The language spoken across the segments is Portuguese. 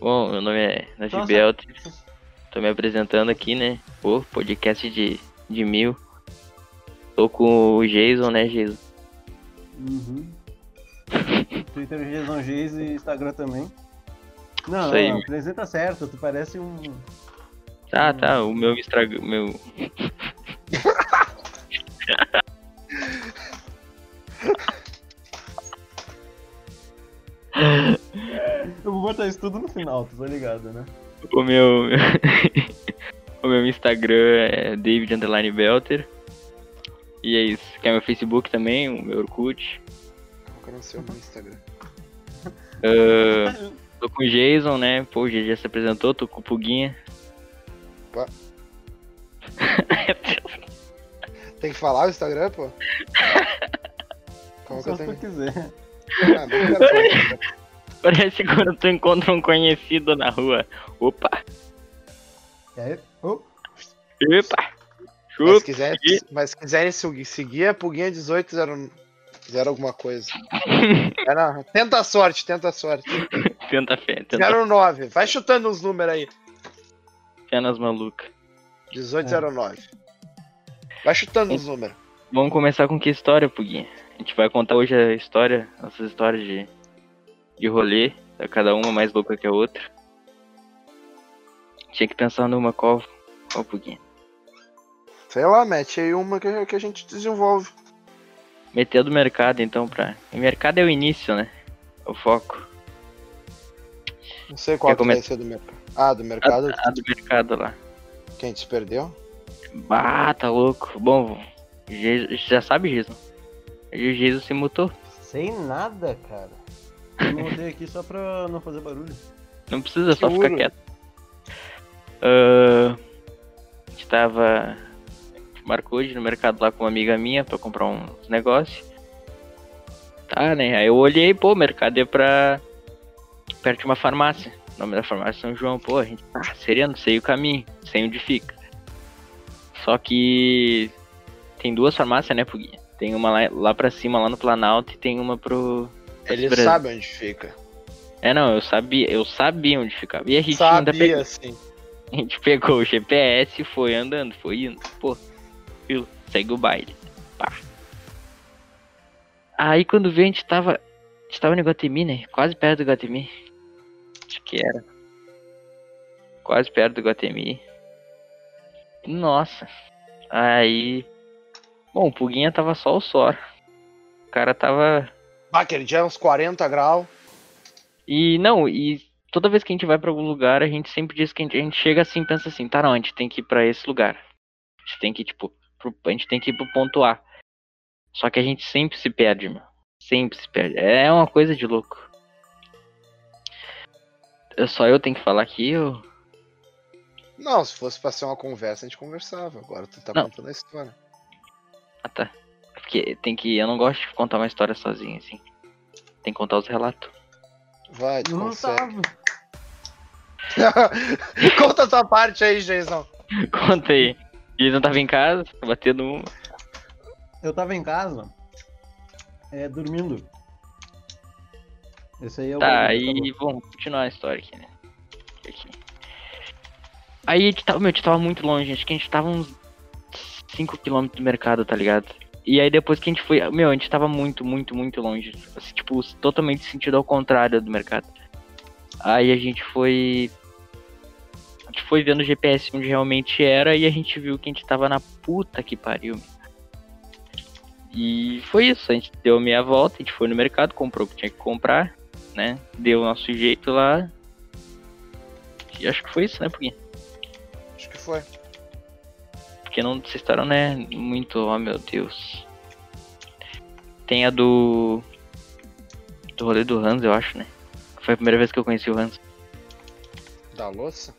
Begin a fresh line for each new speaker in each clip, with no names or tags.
Bom, meu nome é Najib
Nossa.
Beltris. Tô me apresentando aqui, né? O podcast de, de mil. Tô com o Jason, né, Jason?
Uhum. Twitter é Jason Geis e Instagram também. Não,
Isso aí.
não, não, apresenta certo, tu parece um.
Tá, tá, o meu estraga. o Meu...
Eu vou botar isso tudo no final, tu tá ligado, né?
O meu. o meu Instagram é David Underline Belter. E é isso. Quer meu Facebook também, o meu Orkut.
Qual é o
Uhum.
seu no Instagram?
Ah, tô com o Jason, né? Pô, o GG se apresentou, tô com o Puguinha.
Opa. Tem que falar o Instagram, pô? Como
Só
que eu
se tu
tenho?
quiser.
Ah, não quero falar o Instagram.
Parece quando tu encontra um conhecido na rua. Opa!
E aí? Oh,
Epa!
Mas se
Chupa!
quiser, mas se quiserem segui- seguir a Puguinha 18 zero- zero alguma coisa. É, não, Tenta a sorte, tenta a sorte.
Tenta fé, tenta
09, vai chutando uns números aí.
fé nas malucas.
É.
1809. Vai chutando uns números.
Vamos começar com que história, Puguinha? A gente vai contar hoje a história, nossas histórias de, de rolê, tá? cada uma mais louca que a outra. Tinha que pensar numa qual, qual Puguinha.
Sei lá, mete aí uma que, que a gente desenvolve.
Meter do mercado, então, pra... O mercado é o início, né? É O foco.
Não sei qual
Quer
que vai
começar?
ser do mercado. Ah, do
A,
mercado?
a do mercado lá. tá.
Quem te perdeu?
Bah, tá louco. Bom, Jesus, já sabe, Jesus. O Jesus se mutou.
sem nada, cara. Eu montei aqui só pra não fazer barulho.
Não precisa só ficar
Seguro.
quieto. Ah, Ahn, a gente tava. Marcou de ir no mercado lá com uma amiga minha pra comprar uns negócios. Tá, né? Aí eu olhei, pô, o mercado é pra. perto de uma farmácia. O nome da farmácia é São João, pô, a gente tá sereno, sei o caminho, sei onde fica. Só que. Tem duas farmácias, né, Puguinha? Tem uma lá, lá pra cima, lá no Planalto, e tem uma pro.
Ele
Brasil.
sabe onde fica.
É, não, eu sabia, eu sabia onde ficava. E a gente ainda pegou.
Sabia, sim.
A gente pegou o GPS e foi andando, foi indo. Pô, viu? Segue o baile. Pá. Aí quando veio, a gente tava. A gente tava no Iguatemi, né? Quase perto do Iguatemi. Acho que era. Quase perto do Iguatemi. Nossa. Aí. Bom, o Puguinha tava só o Sora. O cara tava.
Ah, aquele dia é uns 40 graus.
E não, e toda vez que a gente vai pra algum lugar, a gente sempre diz que a gente, a gente chega assim, pensa assim, tá não, a gente tem que ir pra esse lugar. A gente tem que tipo, pro- a gente tem que ir pro ponto A. Só que a gente sempre se perde, meu. Sempre se perde. É uma coisa de louco. Eu- Só eu tenho que falar aqui, ou
Não, se fosse pra ser uma conversa, a gente conversava. Agora tu tá
Não.
contando a história.
Ah, tá. Porque tem que, eu não gosto de contar uma história sozinho assim. Tem que contar os relatos.
Vai, tu
Não
consegue.
tava.
Conta a tua parte aí, Jason.
Conta aí. Jason tava em casa, batendo um. uma.
Eu tava em casa, é, dormindo. Esse aí é o.
Tá,
barulho, acabou.
aí vamos continuar a história aqui, né? Aqui. Aí a gente tava, meu, a gente tava muito longe, acho que a gente tava uns 5km do mercado, tá ligado? E aí depois que a gente foi, meu, a gente tava muito, muito, muito longe. assim, tipo, totalmente sentido ao contrário do mercado. Aí a gente foi. A gente foi vendo o GPS onde realmente era e a gente viu que a gente tava na puta que pariu. meu. E foi isso, a gente deu meia volta, a gente foi no mercado, comprou o que tinha que comprar né? Deu o nosso jeito lá. E acho que foi isso, né, Puguinha?
Acho que foi.
Porque não, vocês estaram, né, muito, oh meu Deus. Tem a do. Do rolê do Hans, eu acho, né? Foi a primeira vez que eu conheci o Hans.
Da louça?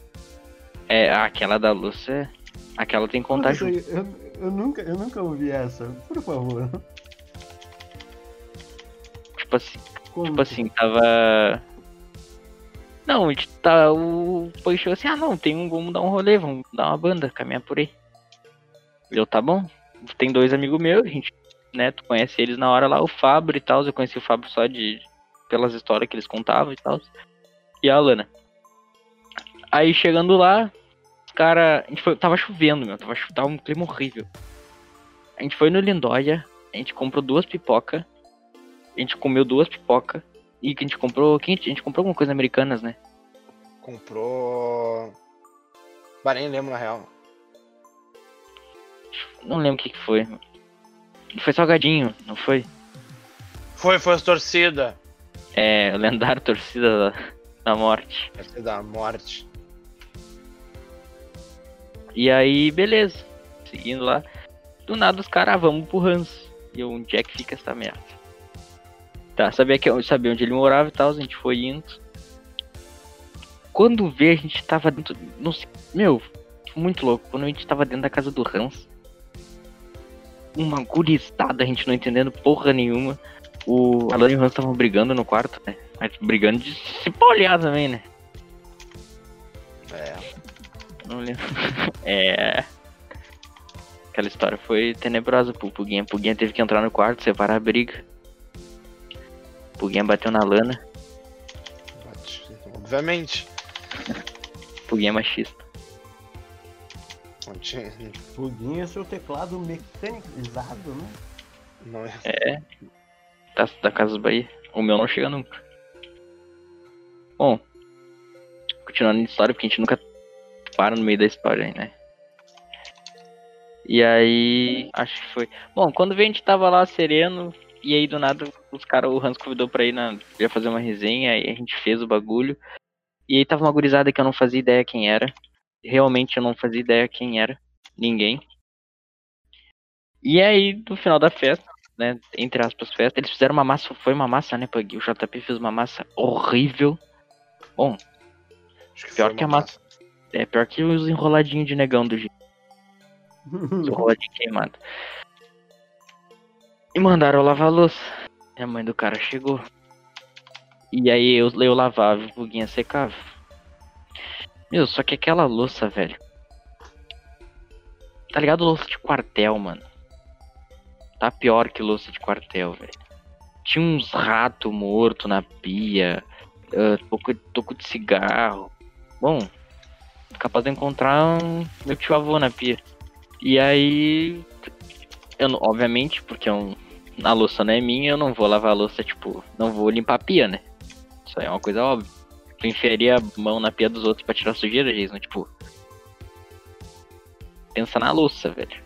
É, aquela da Lúcia. Aquela tem que
Puta,
contar
isso
junto.
aí, eu, eu nunca, eu nunca ouvi essa. Por favor.
Tipo assim,
Conta.
tipo assim, tava. Não, a gente tá. O Pancho assim, ah não, tem um. Vamos dar um rolê, vamos dar uma banda, caminhar por aí. Eu, tá bom. Tem dois amigos meus, a gente, né? Tu conhece eles na hora lá, o Fábio e tal. Eu conheci o Fábio só de. pelas histórias que eles contavam e tal. E a Alana. Aí chegando lá, os cara. A gente foi. Tava chovendo, meu. Tava, cho- tava um clima horrível. A gente foi no Lindóia, a gente comprou duas pipoca. A gente comeu duas pipoca. E que a gente comprou. que a gente, a gente comprou alguma coisa americanas, né?
Comprou. Bah, nem lembro na real.
Não lembro o que, que foi. mano. Foi salgadinho, não foi?
Foi, foi as torcidas.
É, o lendário torcida da, da morte.
Torcida da morte.
E aí, beleza. Seguindo lá. Do nada os caras, ah, vamos pro Hans. E eu, onde é que fica essa merda? Tá, sabia, que, eu sabia onde ele morava e tal, a gente foi indo. Quando vê, a gente tava dentro. Não sei, meu, muito louco. Quando a gente tava dentro da casa do Hans, uma gurizada, a gente não entendendo porra nenhuma. O Alan e o Hans estavam brigando no quarto, né? Mas brigando de se polhar também, né?
É.
Não lembro. É. Aquela história foi tenebrosa pro Puguinha. Puguinha teve que entrar no quarto, separar a briga. Puguinha bateu na lana.
Bate- Obviamente.
Puguinha é machista.
Não tinha.
Puguinha é seu teclado mecanizado, né?
Não é. ia-
É, Tá da Casa dos Bahia. O meu não chega nunca. Bom. Continuando a história, porque a gente nunca para no meio da história, né? E aí. Acho que foi. Bom, quando veio a gente tava lá sereno. E aí do nada os caras, o Hans convidou pra ir na. ia fazer uma resenha. E a gente fez o bagulho. E aí tava uma gurizada que eu não fazia ideia quem era. Realmente eu não fazia ideia quem era. Ninguém. E aí, no final da festa né, entre aspas, festa. Eles fizeram uma massa, foi uma massa, né, Pug? O JP fez uma massa horrível.
Acho
Pior
foi
que a
uma
massa. É pior que os enroladinhos de negão do G. Os enroladinhos queimados. E mandaram eu lavar a louça. E A mãe do cara chegou. E aí eu, eu lavava e o Buguinha secava. Meu, só que aquela louça, velho. Tá ligado louça de quartel, mano? Tá pior que louça de quartel, velho. Tinha uns rato morto na pia, ah, toco, toco de cigarro. Bom, capaz de encontrar um meu tio avô na pia. E aí, eu não- obviamente, porque é um- a louça não é minha, eu não vou lavar a louça, tipo, não vou limpar a pia, né? Isso aí é uma coisa óbvia. Tu enfiaria a mão na pia dos outros pra tirar a sujeira, Jason, tipo. Pensa na louça, velho.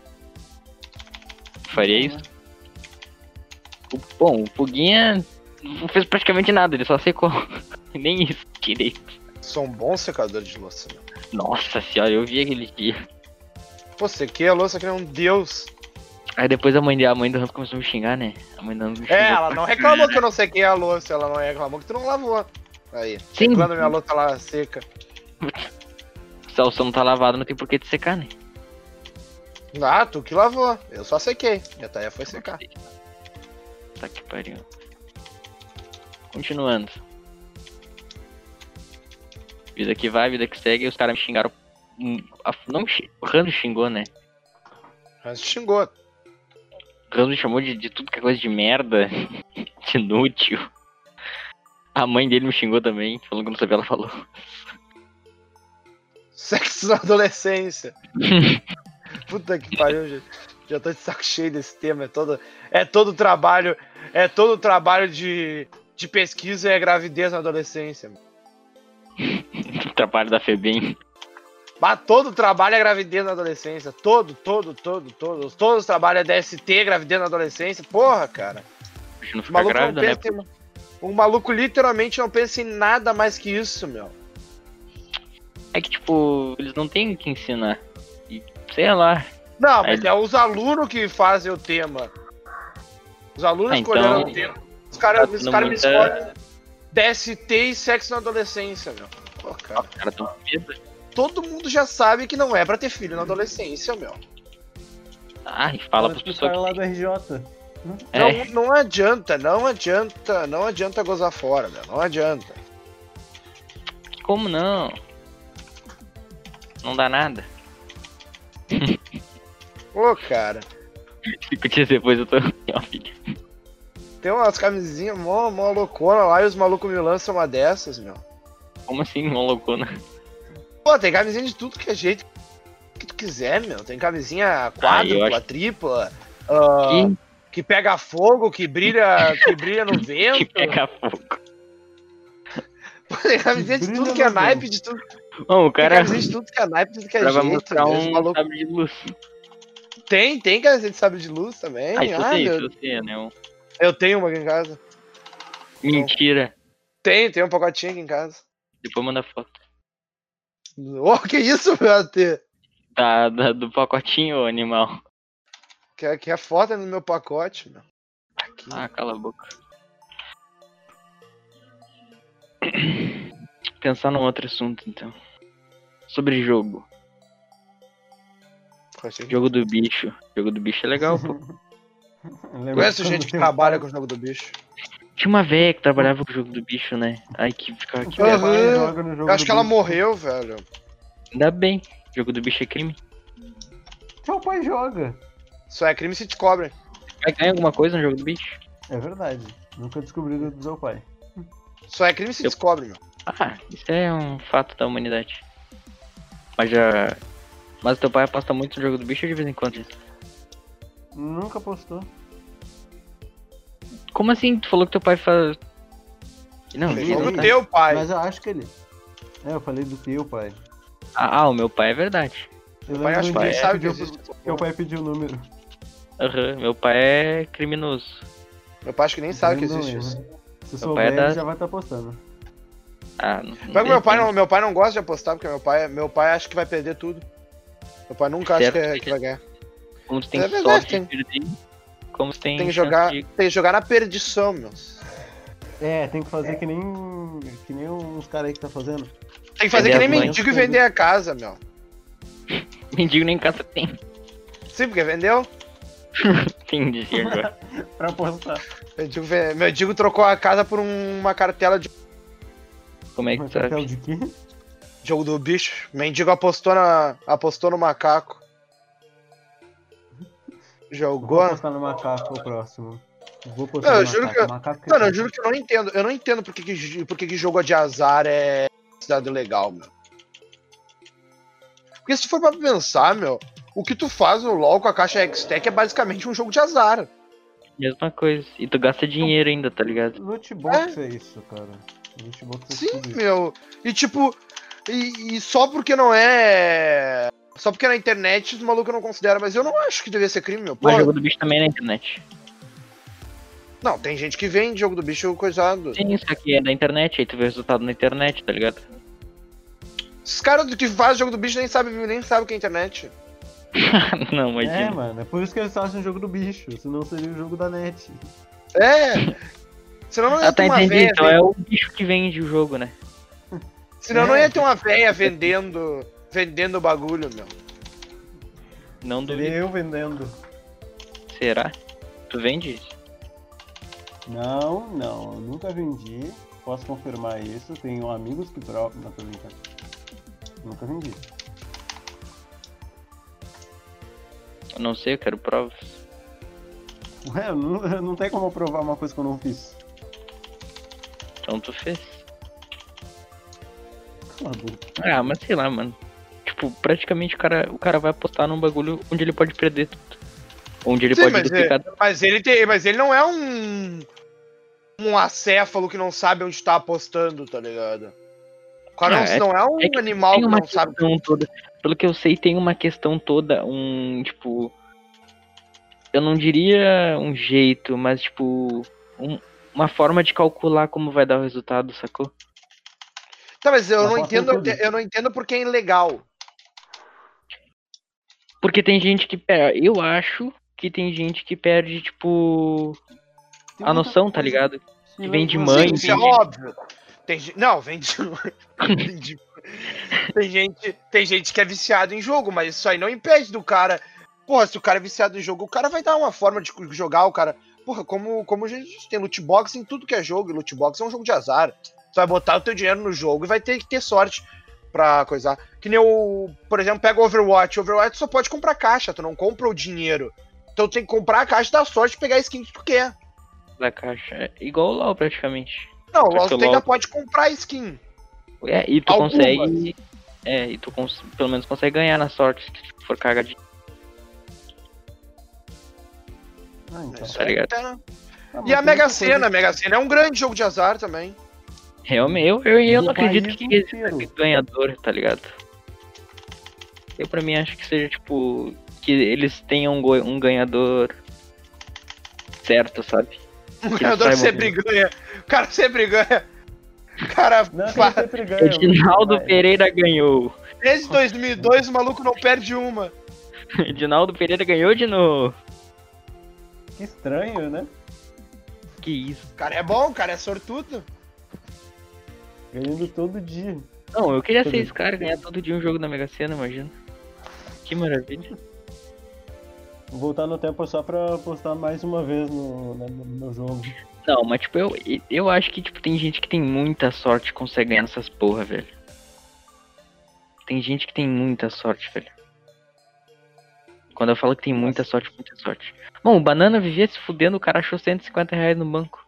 Faria isso? O- Bom, o Puguinha não fez praticamente nada, ele só secou. Nem isso direito.
Sou um bom secador de louça. Né?
Nossa senhora, eu vi aquele dia.
Pô, sequei a louça que nem um deus.
Aí depois a mãe, dele- a mãe do Hans começou a me xingar, né? A mãe do Hans me xingou.
É, ela não reclamou que eu não sequei a louça, ela não reclamou que tu não lavou. Aí,
Sim,
quando minha louça lá seca.
se a louça não tá lavada, não tem por que te secar, né?
Ah, tu que lavou. Eu só sequei. Minha tarefa foi secar.
Tá que pariu. Continuando. Vida que vai, vida que segue, os caras me xingaram. hum, a- Não, me xi- o Hans me xingou, né?
Mas xingou.
Ramos me chamou de, de tudo que é coisa de merda, de inútil. A mãe dele me xingou também, falando que eu não sabia, ela falou.
Sexo na adolescência. Puta que pariu, gente. Já tô de saco cheio desse tema. É todo, é todo trabalho. É todo trabalho de, de pesquisa é gravidez na adolescência. mano.
Trabalho da Febem.
Mas todo trabalho é gravidez na adolescência. Todo, todo, todo, todos. Todos os trabalhos é DST, gravidez na adolescência. Porra, cara.
Bicho não
O
fica
maluco
grávida,
não
né?
pensa em- O maluco literalmente não pensa em nada mais que isso, meu.
É que, tipo, eles não têm o que ensinar. E, sei lá.
Não, mas
Aí-
é os alunos que fazem o tema. Os alunos
Ah,
escolheram
então-
o tema. Os caras
tá
os
tendo
caras me
muita-
escolhem DST e sexo na adolescência, meu. Pô, cara,
Ah, Os caras tão com medo.
todo mundo já sabe que não é pra ter filho na adolescência, meu.
Ah, e fala pras pessoas
lá
que.
do RJ.
É,
Não, não adianta, não adianta, não adianta gozar fora, meu. Não adianta.
como não? Não dá nada.
Ô, cara,
Fico dias depois eu tô. Ó, filho.
tem umas camisinhas mó, mó loucona lá e os malucos me lançam uma dessas, meu.
Como assim, uma loucona?
Pô, tem camisinha de tudo que é jeito que tu quiser, meu. Tem camisinha
Ah, eu
quádrupla,
acho-
tripla, ah,
Que-
que pega fogo, que brilha, que brilha no vento.
que pega fogo.
Pô, tem camisinha de
Brilha
tudo que é
no
naipe, de tudo.
Não, o
Tem
cara,
camisinha de tudo que é naipe, de tudo que é
cara vai
jeito.
mostrar
né? Esse
um
maluco-
sabre de luz.
Tem, tem camisinha de sabre de luz também.
Ah, isso eu
Ah,
sei,
meu-
isso eu sei, né? Um-
Eu tenho uma aqui em casa.
Mentira.
Tenho, tenho um pacotinho aqui em casa.
Depois manda foto.
Ô, que isso, meu AT?
Da, da- do pacotinho, ô animal.
Que, que a foto é no meu pacote, meu. Aqui.
Ah, cala a boca. Pensar num outro assunto, então. Sobre jogo.
pacotinho.
Jogo do bicho. Jogo do bicho é legal, pô.
Lembra
Conheço
quando
gente que
um
eu-
trabalha com o jogo do bicho.
Tinha uma véia que trabalhava com o jogo do bicho, né? Aí que ficava aqui.
Aham.
Trabalha e joga no jogo
Eu acho
do
que ela
bicho.
morreu, velho.
Ainda bem. Jogo do bicho é crime.
Seu pai joga.
Só é crime se te cobrem.
Vai ganhar alguma coisa no jogo do bicho?
É verdade. Nunca descobri o do seu pai.
Só é crime se
Eu-
descobre, meu.
Ah, isso é um fato da humanidade. Mas já. Mas teu pai aposta muito no jogo do bicho de vez em quando.
Nunca postou.
Como assim? Tu falou que teu pai faz. Não,
Ele
isso
Jogo
não
tá.
teu pai.
Mas eu acho que ele. É, eu falei do teu pai.
Ah, ah, o meu pai é verdade.
Eu
Meu
lembro
pai acho
um
que
dia
ele sabe que
pediu
existe.
pro-
essa
Meu
porra.
pai pediu o número.
Aham, meu pai é criminoso.
Meu pai acho que nem sabe que
Não
existe
lembro.
isso.
Se
Meu pai é
souber,
da-
ele já vai estar postando.
Ah, não.
Pior que meu pai não, meu pai não gosta de apostar, porque meu pai, meu pai acha que vai perder tudo. Meu pai nunca acha
Certo.
que, é- que vai ganhar.
Como tu tem
É
sorte
verdade,
de perder, como tu tem.
Tem que
chance
jogar,
de-
tem que jogar na perdição, meu.
É, tem que fazer que nem. Que nem uns caras aí que tá fazendo.
Tem que
Vender
fazer que
as
nem
mães.
mendigo e vender a casa, meu.
Mendigo nem casa tem.
Sim, porque vendeu?
Entendi agora.
Pra postar.
Mendigo, ve- mendigo trocou a casa por um- uma cartela de
Como é que
Mas
tu sabe?
papel de quê?
jogo do bicho. Mendigo apostou, na, apostou no macaco. Jogou.
Vou postar no macaco o próximo. Vou postar
Não, eu
no
juro
macaco.
que eu-
Macaco que
Mano, eu juro que eu não entendo. Eu não entendo porque que, j- porque que jogo de azar é cidade legal, meu. Porque se for pra pensar, meu, o que tu faz no LoL com a caixa X-Tech é basicamente um jogo de azar.
Mesma coisa. E tu gasta dinheiro ainda, tá ligado?
Lootbox é. isso, cara. Lootbox é
Sim,
Uhum.
tudo isso.
meu. E tipo, e, e só porque não é. Só porque na internet os malucos não consideram, mas eu não acho que devia ser crime, meu. Pô,
Mas jogo do bicho também é na internet.
não, tem gente que vende jogo do bicho coisado.
Sim, isso aqui é da internet, aí tu vê o resultado na internet, tá ligado?
Esses caras do que faz jogo do bicho nem sabem nem sabe o que é internet.
não, mas
É, mano, é por isso que eles fazem o jogo do bicho, senão seria o jogo da net.
É! Senão não
Ah,
ia
tá,
ter uma
entendi.
véia
Então é o bicho que vende o jogo, né?
Senão
É.
não ia ter uma véia vendendo. Vendendo o bagulho, meu.
Não
Seria
duvido.
eu vendendo.
Será? Tu vende?
Não, não, eu nunca vendi. Posso confirmar isso. Tenho amigos que trocam. Não, tô brincando. Nunca vendi.
Eu não sei, eu quero provas.
Ué, eu não, eu não tem como provar uma coisa que eu não fiz.
Então tu fez.
Cala a boca.
Ah, mas sei lá, mano. Tipo, praticamente o cara, o cara vai apostar num bagulho onde ele pode perder tudo. Onde ele
Sim,
pode
mas,
duplicar.
é- mas ele tem, mas ele não é um. Um acéfalo que não sabe onde tá apostando, tá ligado? O cara
Ah,
não,
é-
não é um
é que
animal que
tem uma
não sabe.
questão toda. Pelo que eu sei, tem uma questão toda, um tipo. Eu não diria um jeito, mas tipo. um- uma forma de calcular como vai dar o resultado, sacou?
Tá, mas eu
Mas
não
pode
entendo,
tudo.
eu não entendo porque é ilegal.
Porque tem gente que perde. Eu acho que tem gente que perde, tipo.
Tem
A
muita
noção, tá
coisa
ligado?
que
vem de
eu-
mãe,
Sim, isso é
tem-
óbvio. Tem, gen- não, vem de. um, vem de- um, tem, gente, tem gente que é viciado em jogo, mas isso aí não impede do cara. Porra, se o cara é viciado em jogo, o cara vai dar uma forma de jogar o cara. Porra, como, como a gente tem loot box em tudo que é jogo, e loot box é um jogo de azar. Tu vai botar o teu dinheiro no jogo e vai ter que ter sorte pra coisar. Que nem o. Por exemplo, pega o Overwatch. O Overwatch só pode comprar caixa, tu não compra o dinheiro. Então tu tem que comprar a caixa e dar sorte de pegar a skin que tu quer.
Da caixa. É igual o LOL, praticamente.
Não, o
Só que
LoL
o
tu ainda
LoL-
pode comprar a skin.
É, e tu
Algumas.
consegue. É, e tu cons- pelo menos consegue ganhar na sorte se tu for cagadinho.
Ah, então.
Isso
Tá
aí,
ligado.
tá.
Ah, mas
E
tem
a Mega
muita coisa
Sena, a Mega Sena é um grande jogo de azar também.
Realmente, é, eu, eu, eu
Do
não acredito
país
que
é
exista
inteiro.
ganhador, tá ligado? Eu pra mim acho que seja tipo. Que eles tenham um, go- um ganhador certo, sabe?
Um
Eles
ganhador
saibam
sempre ganha. O cara sempre ganha. O Cara,
Não,
Tipo,
que
pá,
ele sempre ganha.
Edinaldo
mas-
Pereira ganhou.
desde 2002 o maluco não perde uma.
Edinaldo Pereira ganhou de novo.
Que estranho, né?
Que isso?
O cara é bom, o cara é sortudo.
Ganhando todo dia.
Não, eu queria
Tudo
ser
bem.
esse cara e ganhar todo dia um jogo da Mega Sena, imagina. Que maravilha.
Vou voltar no tempo só pra postar mais uma vez no, né, no meu jogo.
Não, mas tipo, eu, eu acho que tipo, tem gente que tem muita sorte e consegue ganhar essas porra, velho. Tem gente que tem muita sorte, velho. Quando eu falo que tem muita sorte, muita sorte. Bom, o Banana vivia se fudendo, o cara achou 150 reais no banco.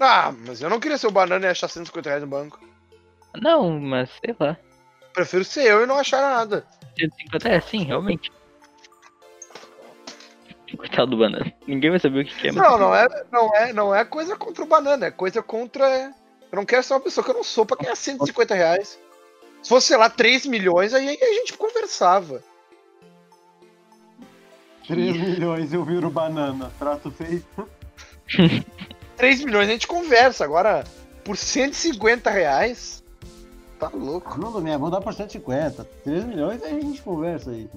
Ah, mas eu não queria ser o banana e achar 150 reais no banco.
Não, mas sei lá.
Prefiro ser eu e não achar nada.
150 é sim, realmente. Coitado do Banana. Ninguém vai saber o que, que é, mas...
Não, não é, não é, não é coisa contra o banana, é coisa contra. é, Eu não quero ser uma pessoa que eu não sou pra ganhar 150 reais. Se fosse, sei lá, 3 milhões, aí a gente conversava.
3 milhões eu viro banana. Trato feito.
3 milhões a gente conversa. Agora, por 150 reais. Tá louco.
Não, Dominha, vou dar por 150. 3 milhões aí a gente conversa aí.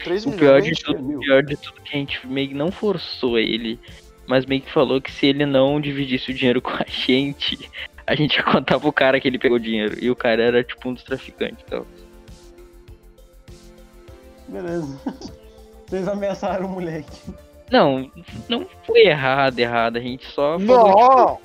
É
3
O pior é
milhões.
de tudo,
Mil.
o pior de tudo que a gente meio que não forçou ele, mas meio que falou que se ele não dividisse o dinheiro com a gente, a gente ia contar pro cara que ele pegou o dinheiro. E o cara era tipo um dos traficantes, então.
Beleza. Vocês ameaçaram o moleque.
Não, não foi errado, errado. A gente só falou.
Não!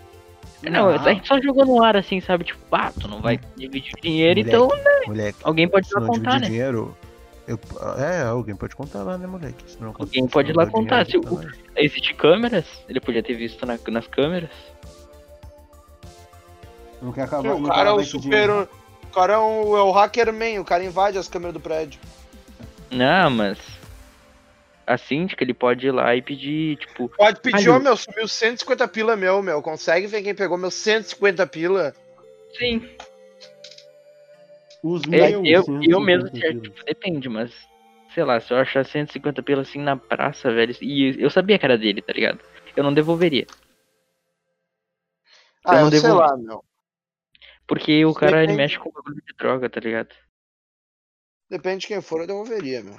tipo, não,
Não.
a gente só jogou no ar assim, sabe? Tipo, ah, tu não vai dividir o dinheiro,
Hum. Moleque.
então
Moleque,
alguém pode
se
lá
não
contar,
dividir
né?
dinheiro. eu- é, alguém pode contar lá, né, moleque? Se não contar-
Alguém
se
pode
não
lá
dá
contar,
dinheiro,
se o-
tá lá.
Existe câmeras? Ele podia ter visto na- nas câmeras.
Não quer acabar
O
não
cara é
acaba
o
esse
super.
dinheiro.
O cara é, um, é o hackerman, o cara invade as câmeras do prédio.
Não, mas. A síndica, ele pode ir lá e pedir, tipo,
Pode pedir,
Olha.
ó, meu, sumiu 150 pila meu, meu. Consegue ver quem pegou meu 150 pila?
sim,
Os
É,
meus
eu,
150
eu mesmo, tinha-
quilos.
depende, mas sei lá, se eu achar 150 pila assim na praça, velho, e eu sabia que era dele, tá ligado? Eu não devolveria.
Ah,
não
eu sei
devolvo.
lá, meu.
Porque o
Sei
cara ele
bem.
mexe com bagulho de droga, tá ligado?
Depende de quem for, eu devolveria, meu.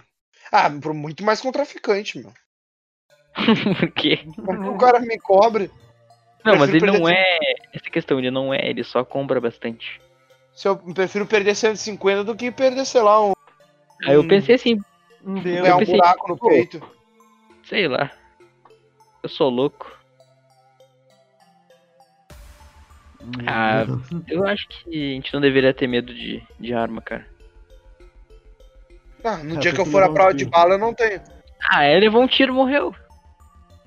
Ah, por muito mais com traficante, meu.
Porque.
O cara me cobre.
Não, mas
Prefiro
ele não
perder
é. Essa questão, ele não é, ele só compra bastante.
Se eu prefiro perder 150 do que perder, sei lá, um.
Aí eu
um-
pensei assim,
Um
eu
dedo.
ganhar um
pensei,
buraco no
pô.
peito.
sei lá. Eu sou louco.
é um
Ah, eu acho que a gente não deveria ter medo de, de arma, cara.
Ah, no
É,
dia que eu
prefiro
for à
levar um
prova de
tiro.
bala, eu não tenho.
Ah, ele levou um tiro e morreu.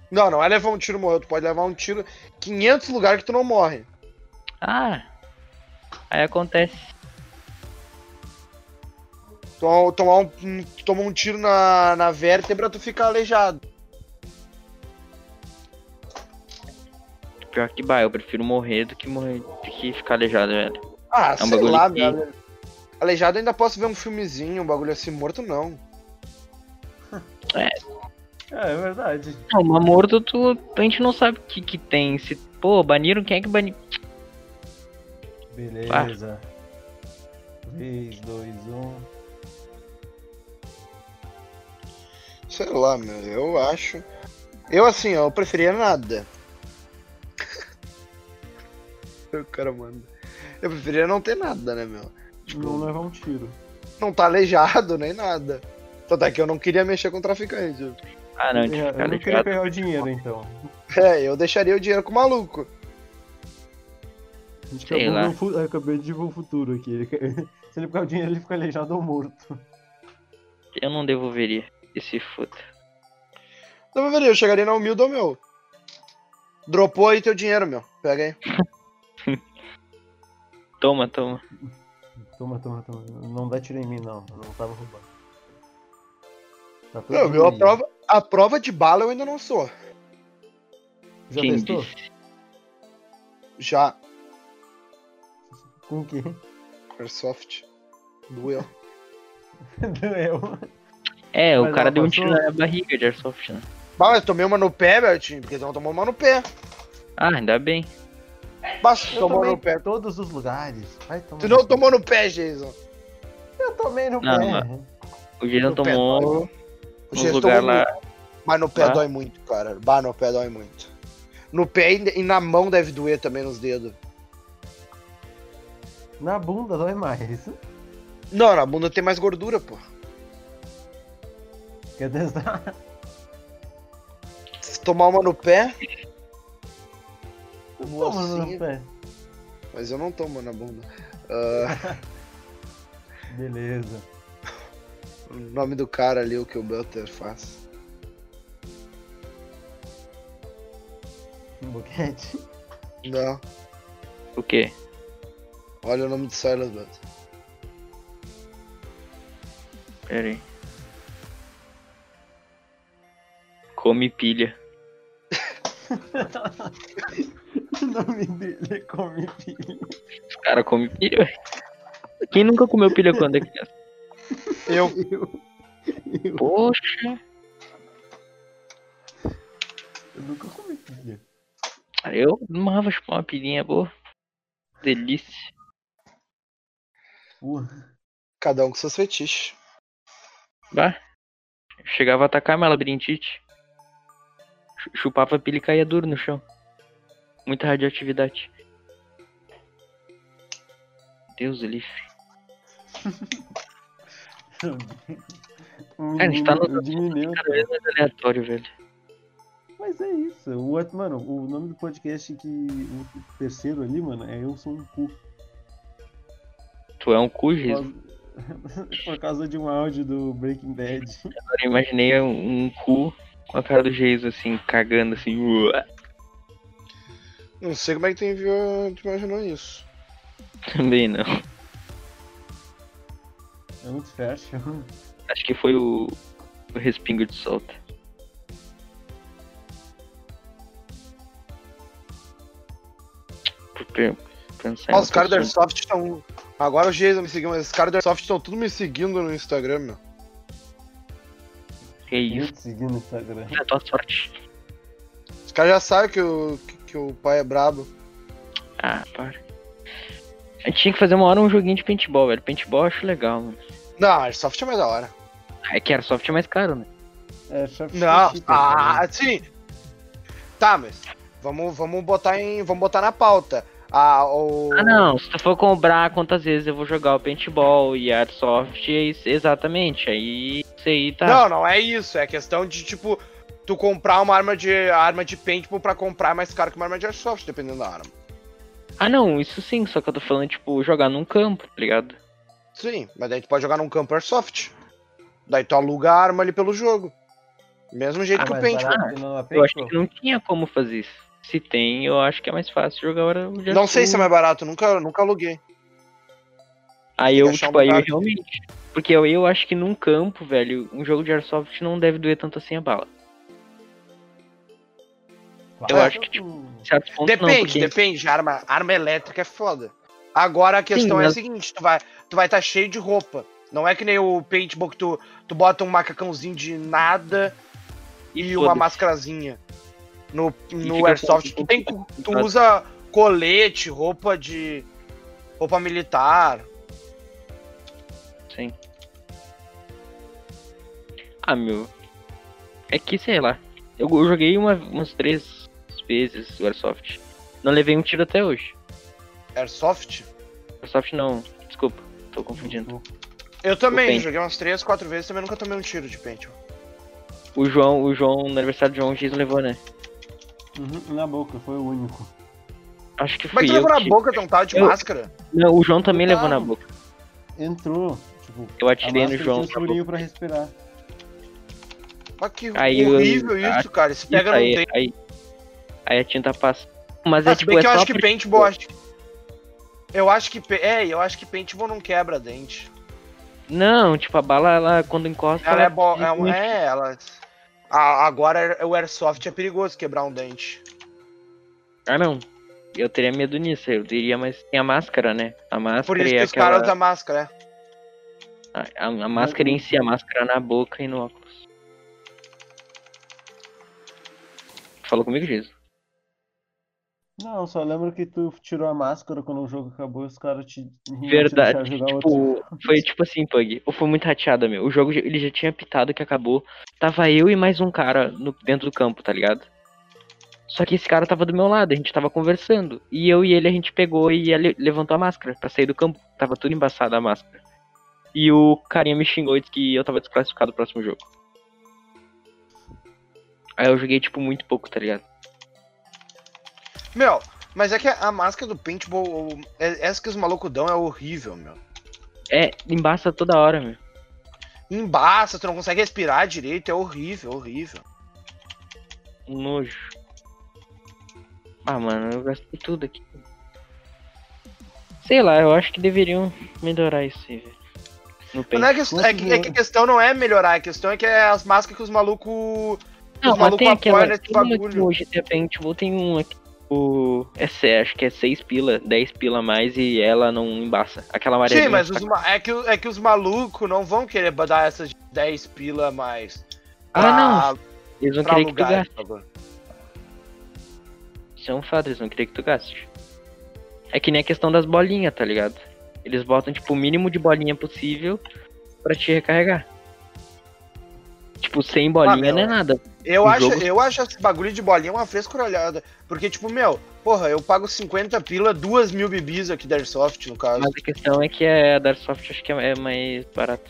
Não, não é levar um tiro e morrer. Tu pode levar um tiro 500 lugares que tu não morre.
Ah. Aí acontece.
Tomar, tomar um, um- tomar um tiro na, na vértebra, tu fica aleijado.
Pior que bah, eu prefiro morrer do que morrer do que ficar aleijado, velho.
Ah,
um
sei
bagulho
lá,
que-
meu. ale- Aleijado eu ainda posso ver um filmezinho, um bagulho assim, morto não.
É, é verdade.
Não, mas morto tu, a gente não sabe o que que tem. Se, pô, baniram, quem é que baniu? Tá.
Beleza. um. 3, 2, 1.
Sei lá, meu. Eu acho. Eu assim, ó, eu preferia nada. o cara manda. Eu preferia não ter nada, né, meu?
Não levar um tiro.
Não tá aleijado nem nada. Tanto é que eu não queria mexer com traficante.
Ah, não, a gente
É, eu,
fica
eu não queria
aleijado.
pegar o dinheiro então.
É, eu deixaria o dinheiro com o maluco.
A gente
Sei
acabou
lá.
no fu- eu acabei de ver o futuro aqui. Ele quer- Se ele pegar o dinheiro, ele fica aleijado ou morto.
Eu não devolveria. Esse foda.
Não, meu eu chegaria na humilde ou meu. Dropou aí teu dinheiro, meu. Pega aí.
Toma, toma.
Toma, toma, toma. Não dá tiro em mim, não. Eu não tava roubando. Tá tudo
Não, meu, a
bem.
prova, a prova de bala eu ainda não sou.
Já
Quem
testou?
disse?
Já,
Com o quê?
Airsoft. Duel.
Doeu.
É,
Mas
o cara
ela
deu um
passou?
tiro na minha barriga de airsoft, né?
Bah, mas tomei uma no pé, Bertinho, porque não tomou uma no pé.
Ah, ainda bem.
Basta
Eu
tomou
tomei
no pé.
em todos os lugares. Vai tomar.
Tu não tomou no pé, Jason.
Eu tomei no
Ah, Não,
pé.
O Jason
No pé
tomou
dói. O
um
Jason
lugar
tomou
lá.
muito, Mas no pé
Tá.
dói muito, cara. Bah, no pé dói muito. No pé e e na mão deve doer também nos dedos.
é.
Na bunda dói mais.
Não, na bunda tem mais gordura, pô.
Quer testar?
Se tomar uma no pé.
Eu tomo
Mocinha.
no pé.
Mas eu não tomo na bunda. Ah,
Beleza.
o nome do cara ali, o que o Belter faz.
Um boquete.
Não,
O quê?
olha o nome do Silas Belter.
Pera aí. Come pilha.
O nome dele é Come Pilha.
Os caras comem pilha. velho. Quem nunca comeu pilha quando é criança?
Eu.
Poxa,
Eu nunca comi pilha.
eu amava chupar uma pilhinha, boa. Delícia.
Uh,
Cada um com seus fetiches.
Bah. Eu Chegava a atacar minha labirintite. Chu- Chupava a pilha e caía duro no chão. Muita radioatividade. Deus do livre.
um
Cara, a gente tá
diminuto-
no-
diminuto.
Cada vez mais aleatório, velho.
Mas é isso. O outro, mano, o nome do podcast que. O terceiro ali, mano, é Eu Sou um Cu.
Tu é um cu,
Por
Jesus.
causa, por causa de um áudio do Breaking Bad.
Agora eu imaginei um, um cu com a cara do Jesus assim, cagando assim. uá.
Não sei como é que tu enviou, tu imaginou isso.
Também não.
É muito fashion.
Acho que foi o, o respingo de solta. Por pe- Pensar em
Ah, os
uma
caras do
pessoa-
Airsoft estão. Agora o Jason me seguiu, mas os caras do Airsoft estão tudo me seguindo no Instagram, meu.
Que isso,
Eu te segui no Instagram.
é a tua sorte.
Os caras já sabem que o, que, que o pai é brabo.
Ah, para. A gente tinha que fazer uma hora um joguinho de paintball, velho. Paintball eu acho legal, mano.
Não, Airsoft é mais da hora.
É que Airsoft é mais caro, né?
É chef
Não,
tá,
ah,
né?
sim. Tá, mas vamos, vamos botar em, vamos botar na pauta. Ah, o
Ah, não. Se tu for comprar quantas vezes eu vou jogar o paintball e Airsoft, é isso- exatamente. Aí, isso aí tá.
Não, não é isso, é questão de tipo tu comprar uma arma de arma de paintball pra comprar é mais caro que uma arma de Airsoft, dependendo da arma.
Ah, não, isso sim, só que eu tô falando, tipo, jogar num campo, tá ligado?
Sim, mas daí tu pode jogar num campo Airsoft. Daí tu aluga a arma ali pelo jogo. Mesmo
Ah,
Ah,
jeito que o paintball.
Eu acho que não tinha como fazer isso. Se tem, eu acho que é mais fácil jogar agora. o
Não sei
Jardim.
se é mais barato, nunca, nunca aluguei.
Aí eu,
achar
tipo,
um
aí eu
lugar.
realmente. Porque eu, eu acho que num campo, velho, um jogo de airsoft não deve doer tanto assim a bala.
eu
acho que, tipo, Em certos pontos, não,
Depende,
porque-
depende. Arma, arma elétrica é foda. Agora a questão é a
mas-
seguinte, tu vai tu vai estar cheio de roupa. Não é que nem o paintball que tu, tu bota um macacãozinho de nada e uma
foda-se.
mascarazinha. No, no
fica
Airsoft,
com-
tu, tem,
com-
co- tu usa colete, roupa de. roupa militar.
Sim. Ah, meu. É que, sei lá. Eu, eu joguei uma, umas três vezes o airsoft. Não levei um tiro até hoje.
Airsoft?
Airsoft não, desculpa, tô confundindo.
Eu também,
paint.
joguei umas três, quatro vezes, também nunca tomei um tiro de paintball.
O João, o João, no aniversário do João, o Jason levou, né?
Uhum, na boca, foi o único.
Acho que
Como é
foi
que tu
eu.
levou na Tá.
que-
boca, então, tá de
Eu-
máscara?
Não, o João também
Não.
levou na boca.
Entrou. Tipo,
Eu
a
atirei no
máscara tinha
João.
um
na boca.
furinho pra respirar.
Mas que
Aí eu-
horrível isso, cara. Se pega não
aí, é
tem.
aí, aí a tinta passa. Mas
Ah,
é
se
tipo,
bem
é
que eu
só
acho que
pra-
paintball. acho que- Eu acho que. pe- É, eu acho que paintball não quebra dente.
Não, tipo, a bala, ela, quando encosta.
Ela é bom. É, um- é, ela. Ah, agora o airsoft é perigoso quebrar um dente.
Ah, não. Eu teria medo nisso, eu diria, mas tem a máscara, né? A máscara
É Por isso
e
que os
aquela...
caras usam máscara, né?
a, a- a máscara em si, a máscara na boca e no óculos. Falou comigo, Jesus?
Não, só lembro que tu tirou a máscara quando o jogo acabou e os caras te não te
Verdade,
deixaram jogar outro.
Tipo, foi tipo assim, Pug. Eu fui muito rateada, meu. O jogo, já- ele já tinha pitado que acabou. Tava eu e mais um cara no, dentro do campo, tá ligado? Só que esse cara tava do meu lado, a gente tava conversando. E eu e ele, a gente pegou e ele levantou a máscara pra sair do campo. Tava tudo embaçado a máscara. E o carinha me xingou e disse que eu tava desclassificado no próximo jogo. Aí eu joguei, tipo, muito pouco, tá ligado?
Meu, mas é que a máscara do paintball, o- é- essa que os malucos dão é horrível, meu.
É, embaça toda hora, meu.
Embaça, tu não consegue respirar direito, é horrível, horrível.
Um nojo. Ah, mano, eu gastei tudo aqui. Sei lá, eu acho que deveriam melhorar isso aí, velho. No
Mas
peito.
não é, que, é, que, é que a questão não é melhorar, a questão é que é as máscaras que os malucos.
Não, mas
os malucos
tem aquela.
apoiam nesse
Tem uma que
bagulho.
hoje, de repente, vou tem uma que. O. É sé, acho que é 6 pila, 10 pila a mais e ela não embaça. Aquela amarela.
Sim, mas os ma- é, que, é que os malucos não vão querer dar essas 10 pila a mais.
Ah, não,
pra-
eles vão
pra
querer que tu
alugar
gaste.
esse bagulho.
Isso é um fato, eles vão querer que tu gaste. É que nem a questão das bolinhas, tá ligado? Eles botam, tipo, o mínimo de bolinha possível pra te recarregar. Tipo, sem bolinha
Ah, meu,
não é nada.
Eu
Um
acho,
jogo-
eu acho esse bagulho de bolinha uma frescuralhada. Porque, tipo, meu, porra, eu pago 50 pila, 2 mil bibis aqui da Airsoft, no caso.
Mas a questão é que a da Airsoft acho que é é mais barata.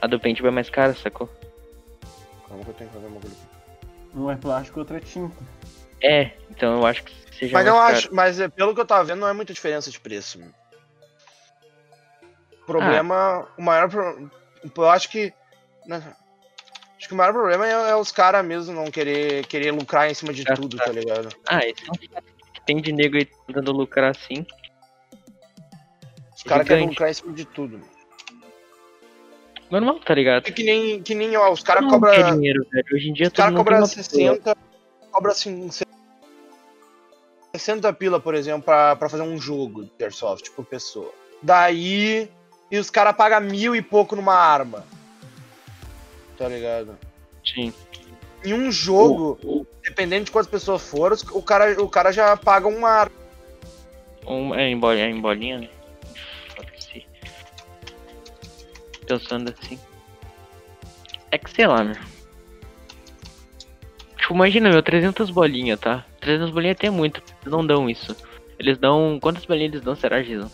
A do Paintball é mais cara, sacou?
Calma que eu tenho que fazer um bagulho.
Um é plástico, outro é tinta.
É, então eu acho que seja
Mas
mais
não
caro.
acho, mas é, pelo que eu tava vendo, não é muita diferença de preço. meu. O problema, o maior pro- eu acho que né, acho que o maior problema é, é os caras mesmo não querer querer lucrar em cima de
Gastar.
tudo, tá ligado?
Ah, isso é um fato. Tem de nego aí tentando lucrar assim.
Os caras querem
Gigante.
lucrar em cima de tudo. meu.
Normal, tá ligado?
É que nem que nem ó, os caras
Todo mundo quer
cobra,
dinheiro, velho. Hoje em dia
os caras
todo mundo tem
cobra
uma pessoa.
60, cobra assim, 60 pila, por exemplo, pra, pra fazer um jogo de Airsoft por pessoa. Daí, e os caras pagam mil e pouco numa arma. Tá ligado?
Sim.
Em um jogo, dependendo de quantas pessoas forem, os- o cara, o cara já paga uma arma.
Um, é, em bolinha, é em bolinha, né? Foda-se. Pensando assim. É que sei lá, meu. Tipo, imagina, meu, 300 bolinhas, tá? 300 bolinhas até muito, eles não dão isso. Eles dão. Quantas bolinhas eles dão, será, Gizão?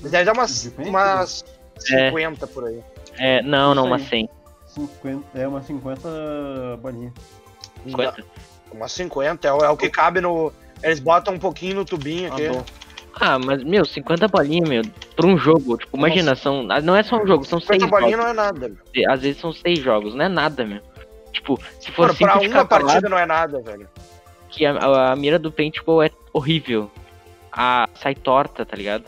Mas Deve dar umas,
Depende,
umas
É.
50 por aí.
É, não, não,
Isso
uma
aí.
100.
50, é uma 50 bolinha.
50.
Umas 50 é, o- é o que cabe no. Eles botam um pouquinho no tubinho aqui.
Ah, mas, meu, 50 bolinhas, meu, pra um jogo. Tipo, imagina, são. ah, Não é só um jogo, são 6
Essa bolinha
jogos.
não é nada. meu.
Às vezes são 6 jogos, não é nada, meu. Tipo, se for
Mano, pra
5 de
uma
cada lado-
partida não é nada, velho.
que a, a mira do paintball é horrível. A, sai torta, tá ligado?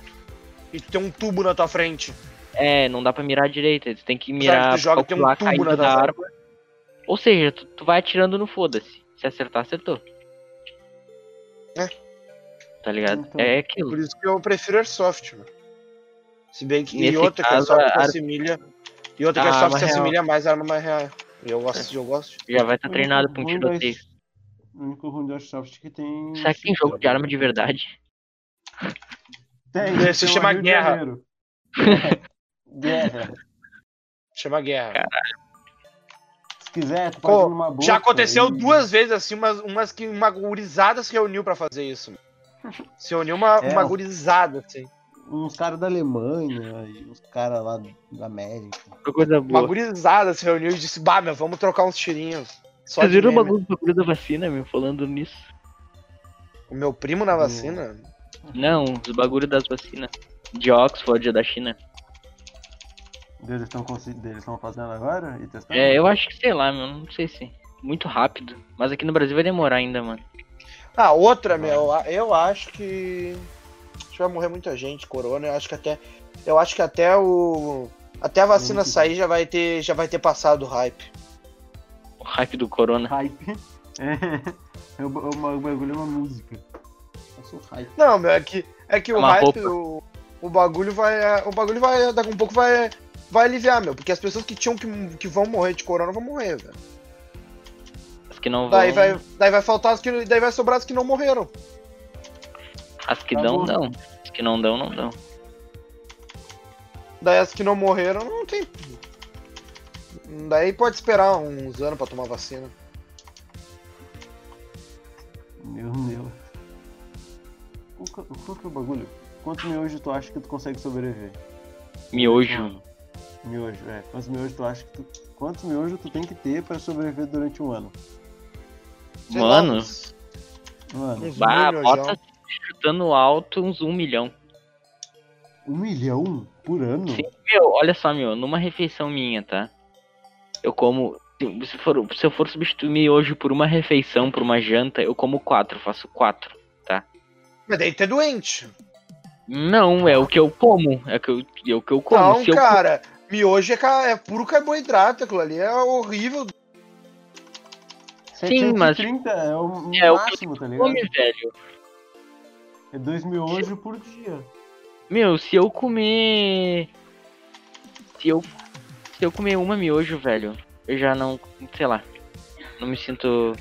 e tu tem um tubo na tua frente.
É, não dá pra mirar direito. Eles tem que
Sabe,
mirar,
tu joga, tem um
calcular a
tubo na
caída da
tua frente.
arma. Ou seja, tu, tu vai atirando no foda-se. Se acertar, acertou.
É.
Tá ligado?
Então,
é aquilo.
Por isso que eu prefiro Airsoft, mano. Se bem que.
Nesse
e outra que
caso,
Airsoft se
a- Ah,
assimilha. E outra que
a
Airsoft
arma
se
real.
assimilha mais à arma mais real. E eu
É.
gosto, eu gosto.
Já vai estar
O
treinado
único
pra um
ruim
tiroteio.
da- O único ruim do Airsoft é que tem.
Será que tem um jogo de arma de verdade?
Tem,
Deve se
tem o
chamar
Rio de
guerra.
Janeiro. guerra.
Chama guerra.
Se quiser, tu
Pô,
pode ir numa boa.
Já aconteceu duas vezes assim, umas, umas que uma gurizada se reuniu pra fazer isso. mano. Se reuniu uma,
É.
uma gurizada, assim.
Uns caras da Alemanha e uns caras lá da América.
Coisa
Uma
boa.
gurizada se reuniu e disse: Bah, meu, vamos trocar uns tirinhos. Só
Vocês
de
viram o
meme."
bagulho do bagulho da vacina, meu? Falando nisso.
O meu primo
Hum.
na vacina?
Não, os bagulho das vacinas. De Oxford, da China.
Eles estão fazendo agora e testando?
É, eu acho que sei lá, meu. Não sei se. Muito rápido. Mas aqui no Brasil vai demorar ainda, mano.
Ah, outra, meu, a- eu acho que. Acho que vai morrer muita gente, corona. Eu acho que até. Eu acho que até o. Até a vacina
Muito.
sair já vai ter, já vai ter passado o hype.
O hype do corona.
Hype. É, é o ba- o ma- o bagulho é uma música. Eu sou hype.
Não, meu, é que, é que
É
o
uma
hype,
roupa.
o, o bagulho vai. O bagulho vai. Daqui a um pouco vai. Vai aliviar, meu. Porque as pessoas que tinham que, que vão morrer de corona vão morrer, velho.
As que não vão.
Daí vai, daí vai faltar as que. Daí vai sobrar as que não morreram.
As que
Tá
dão,
bom.
dão. As que não dão, não dão.
Daí as que não morreram não tem. Daí pode esperar uns anos pra tomar vacina.
Meu Deus. Qual que- Qual que é o bagulho? Quanto miojo tu acha que tu consegue sobreviver?
Miojo.
Miojo, é. Quantos miojo tu acha que tu. Quantos miojo tu tem que ter pra sobreviver durante um ano?
Sei lá,
Mano.
uns-
Um ano.
uns
Bah,
miojão.
bota chutando alto uns um milhão.
Um milhão por ano?
Sim. Meu, olha só, meu, numa refeição minha, tá? Eu como. se- Se, for, se eu for substituir hoje por uma refeição, por uma janta, eu como quatro, faço quatro.
Mas daí tu é doente.
Não, é o que eu como. É o que eu, é o que eu como.
não,
se eu
cara. Miojo é, ca- é puro carboidrato, aquilo ali é horrível.
Sim, mas-
730 é o
É, o que
máximo, tá ligado?
come, velho.
É dois miojos por dia.
Meu, se eu comer. Se eu. Se eu comer uma miojo, velho, eu já não. Sei lá. Não me sinto.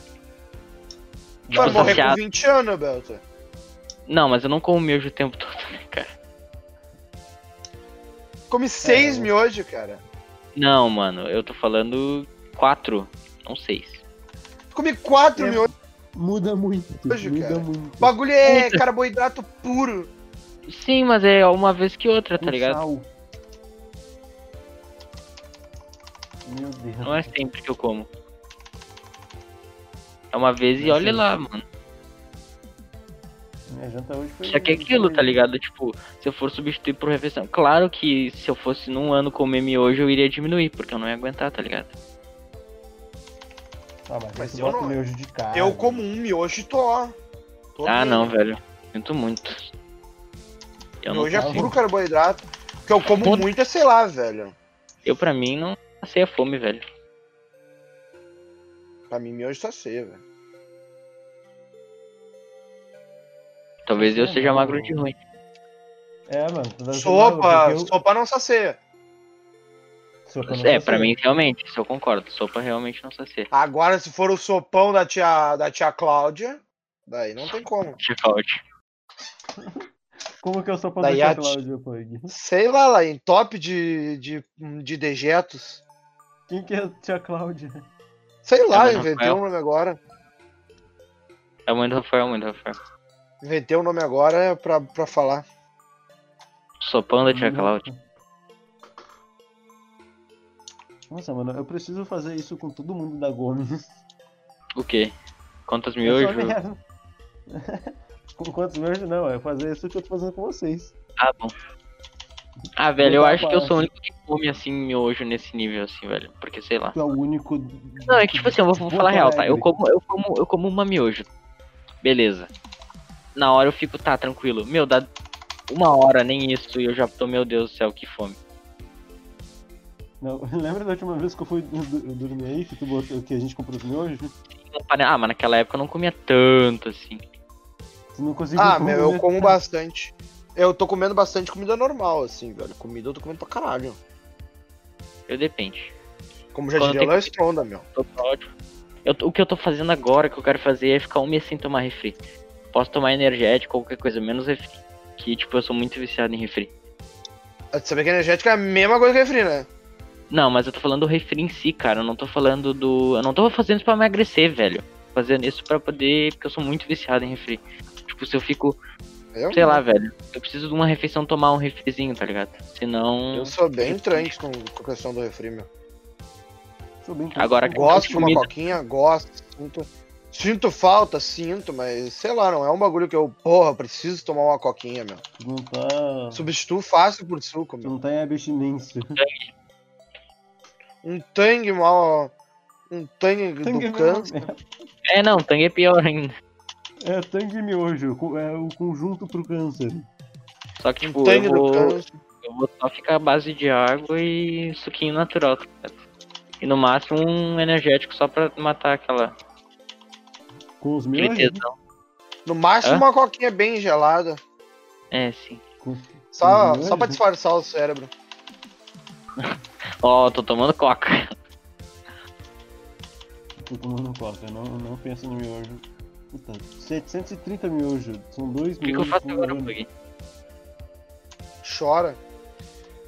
Tu vai
Tipo,
morrer com
saciado.
20 anos, Belta.
Não, mas eu não como miojo o tempo todo, né, cara?
Come 6
É.
miojos, cara.
Não, mano, eu tô falando quatro, não seis.
Tu come 4
É.
miojos.
Muda muito.
Hoje,
muda
cara.
muito.
O bagulho é carboidrato puro.
Sim, mas é uma vez que outra,
Com
tá ligado?
sal. Meu Deus.
Não é sempre que eu como. É uma vez e olha lá, mano.
Minha janta hoje foi.
Só que é aquilo, tá ligado? Tipo, se eu for substituir por refeição. Claro que se eu fosse num ano comer miojo, eu iria diminuir, porque eu não ia aguentar, tá ligado?
Ah, mas,
Mas
tu
eu
bota
não-
miojo de cara.
Eu como um miojo e tô. tô
Ah,
bem.
não, velho. Sinto muito. Eu, não,
Miojo é
como.
puro carboidrato. O que eu como
Puta.
muito é, sei lá, velho.
eu, pra mim, não passei a fome, velho.
Pra mim, miojo tá ceia, velho.
Talvez eu
Sei
seja
não,
magro
mano.
de ruim.
É, mano. tu dá-
Sopa,
porque eu-
sopa não tá sacia.
sopa não
É,
tá
pra
certo.
mim, realmente, isso eu concordo. Sopa realmente não sacia.
Agora, se for o sopão da tia, da tia Cláudia, daí não tem como.
Check-out.
Como que é o sopa
Da
da
Yacht.
Cláudio Pug?
Sei lá, lá em top de, de, de dejetos.
Quem que é a tia Cláudia?
Sei lá,
mas
inventei um nome agora.
É muito Rafael, muito Rafael.
Inventei um nome agora pra, pra falar.
Sopão da Tia Cláudia.
Nossa, mano, eu preciso fazer isso com todo mundo da Gomes.
O quê? Quantas
Essa
miojos?
merda. com quantos miojos não, é fazer isso que eu tô fazendo com vocês.
Ah, bom. Ah, velho, eu
Não dá
acho que eu
pra-
sou o único que come assim miojo nesse nível, assim, velho. Porque sei lá.
Tu é o único.
Não, é que tipo assim, eu vou, vou
Porto
falar a real, tá? Eu
Alegre.
como, eu como, eu como uma miojo. Beleza. Na hora eu fico, tá, tranquilo. Meu, dá uma hora, nem isso, e eu já tô, meu Deus do céu, que fome.
Não, lembra da última vez que eu fui do- do- dormir aí, que, tu botou, que a gente comprou os miojos?
Uma pane- Ah, mas naquela época eu não comia tanto, assim.
Tu não conseguiu
Ah, meu, eu
comer.
como bastante. Eu tô comendo bastante comida normal, assim, velho. Comida eu tô comendo pra caralho.
Eu depende.
Como já
Quando
diria
tem
lá
que-
Stronda, meu.
Tô ótimo. Eu, o que eu tô fazendo agora, que eu quero fazer, é ficar um mês sem tomar refri. Posso tomar energético, qualquer coisa, menos refri. Que, tipo, eu sou muito viciado em refri.
Ah, Tu sabia que energética é a mesma coisa que refri, né?
Não, mas eu tô falando do refri em si, cara. Eu não tô falando do. Eu não tô fazendo isso pra emagrecer, velho. Tô Fazendo isso pra poder. Porque eu sou muito viciado em refri. Tipo, se eu fico.
Eu,
Sei lá, velho. Eu preciso de uma refeição tomar um refrizinho, tá ligado? Senão.
Eu sou bem trans com, com a questão do refri, meu.
Sou bem
Agora-
tranquilo.
Gosto de uma
É comida.
coquinha, gosto, sinto. Sinto falta, sinto, mas sei lá, não é um bagulho que eu, porra, preciso tomar uma coquinha, meu.
Tu não
Ah.
tá.
Substituo fácil por suco,
Tu
meu.
não tá em abstinência.
Um tangue mal. Um tangue do
Tangue é a mesma
câncer.
merda.
É, não, tangue é pior ainda.
É tangue e miojo, co- é o conjunto pro câncer.
Só que, tipo,
um Tangue
eu
do
vou,
câncer.
eu vou só ficar à base de água e suquinho natural, tá ligado? E no máximo um energético só pra matar aquela,
Com os
aquele
miojos?
tesão.
No máximo,
Hã?
uma coquinha bem gelada.
É, sim.
Com...
Só,
Uhum.
Hum,
só pra
olha.
disfarçar o cérebro.
Ó, tô tomando coca.
Tô tomando coca, eu não, não penso no miojo. Puta, 730 miojos, são dois
O que, que eu
miojos.
faço
com
agora,
molho.
Bug?
Chora.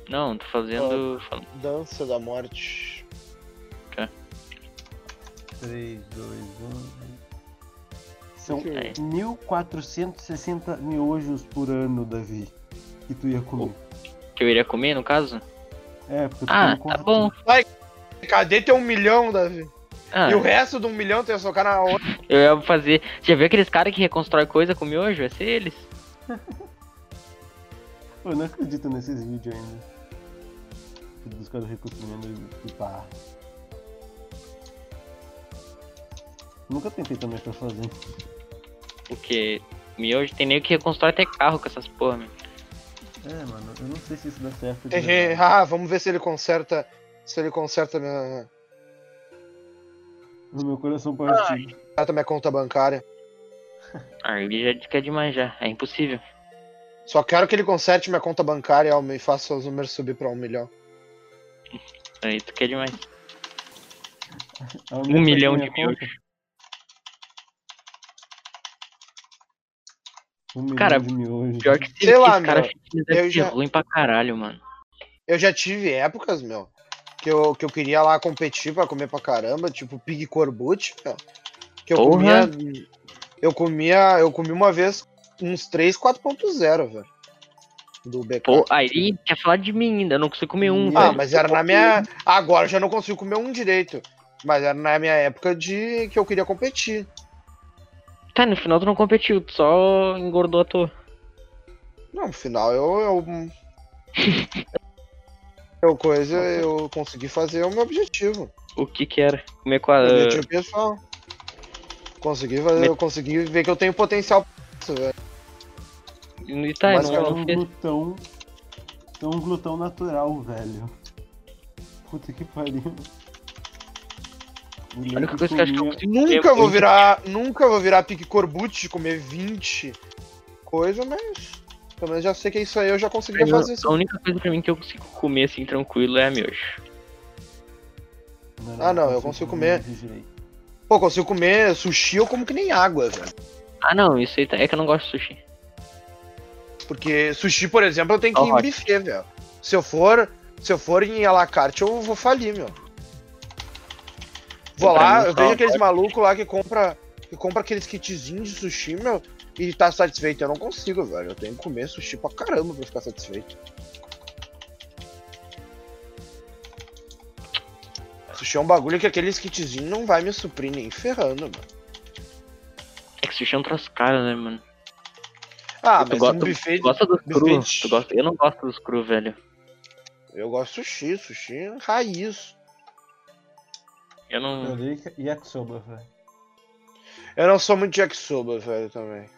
Não, tô fazendo. falando-
Dança da morte.
3, 2, 1. São
Que que é?
1460 miojos por ano, Davi. Que tu ia comer.
Que eu iria comer, no caso?
É, porque tu
Oh. Ah,
não
tá
corta.
bom.
Cadê teu um milhão, Davi?
Ah, Uhum.
E o resto do um milhão tem que socar na outra.
eu ia fazer. Já viu aqueles caras que reconstrói coisa com miojo? Vai ser eles.
Eu não acredito nesses vídeos ainda. Tudo Dos caras reconstruindo e- e pá. Nunca tentei também pra fazer.
Porque miojo tem nem que reconstrói até carro com essas porra, meu.
É, mano, eu não sei se isso dá certo. né? de
Tem-
verdade.
ah, vamos ver se ele conserta. Se ele conserta minha,
O meu coração partido.
conserta minha conta bancária.
Ah, ele já disse que é demais já. É impossível.
Só quero que ele conserte minha conta bancária Alma, e faça os números subir pra um milhão.
É isso que é demais.
É
Aumenta
um milhão
minha
de miojos.
né?
conta. Um
é?
milhão
Cara,
de miojos.
Pior que
Sei lá,
esse cara
meu,
deve
eu
ser
já-
é ruim pra caralho, mano.
Eu já tive épocas, meu, que eu, que eu queria lá competir pra comer pra caramba, tipo pig corbut, meu. Que eu
Porra.
comia. Eu comia. Eu comi uma vez uns 3, 4.0, velho. Do BK.
Pô, aí quer falar de mim ainda. Eu não consigo comer um,
Ah,
velho.
mas era na minha. Agora eu já não consigo comer um direito. Mas era na minha época de que eu queria competir.
Tá, no final tu não competiu, tu só engordou a tua.
Não, no final eu. Eu, eu coisa, eu consegui fazer o meu objetivo.
O que que era? Comer com a. ah,
Meu objetivo pessoal. Consegui é fazer, eu consegui ver que eu tenho potencial pra isso, velho.
E tá,
Mas
Mas
não,
cara,
não
é um
fez.
glutão. É um glutão natural, velho. Puta que pariu.
A única coisa que eu acho que eu consigo comer
Nunca
é
vou
um-
virar. Nunca vou virar pique corbute, comer 20 coisa, mas. Pelo menos já sei que é isso aí, eu já conseguiria fazer isso.
A única coisa pra mim que eu consigo comer assim tranquilo é a miojo.
Ah, não, eu consigo comer. Pô, consigo comer sushi, eu como que nem água, velho.
Ah não, isso aí tá... é que eu não gosto de sushi.
Porque sushi, por exemplo, eu tenho que
Ó,
ir em
Rock.
buffet, velho. Se eu for, se eu for em alacarte, eu vou falir, meu. Vou
Pra
lá,
mim,
eu
só
vejo aqueles
Rock.
malucos lá que compra, que compra aqueles kitzinhos de sushi, meu, e tá satisfeito. Eu não consigo, velho. Eu tenho que comer sushi pra caramba pra ficar satisfeito. Sushi é um bagulho que aqueles kitzinhos não vai me suprir nem ferrando, mano.
É que sushi é um troço caro, né, mano?
Ah,
tu
mas
gosta,
um buffet.
tu gosta dos cru?
buffet-
Tu gosta... Eu não gosto dos cru, velho.
Eu gosto de sushi, sushi é raiz.
Eu
Eu
Hum.
não.
odeio yakisoba, velho.
Eu não sou muito de yakisoba, velho, também.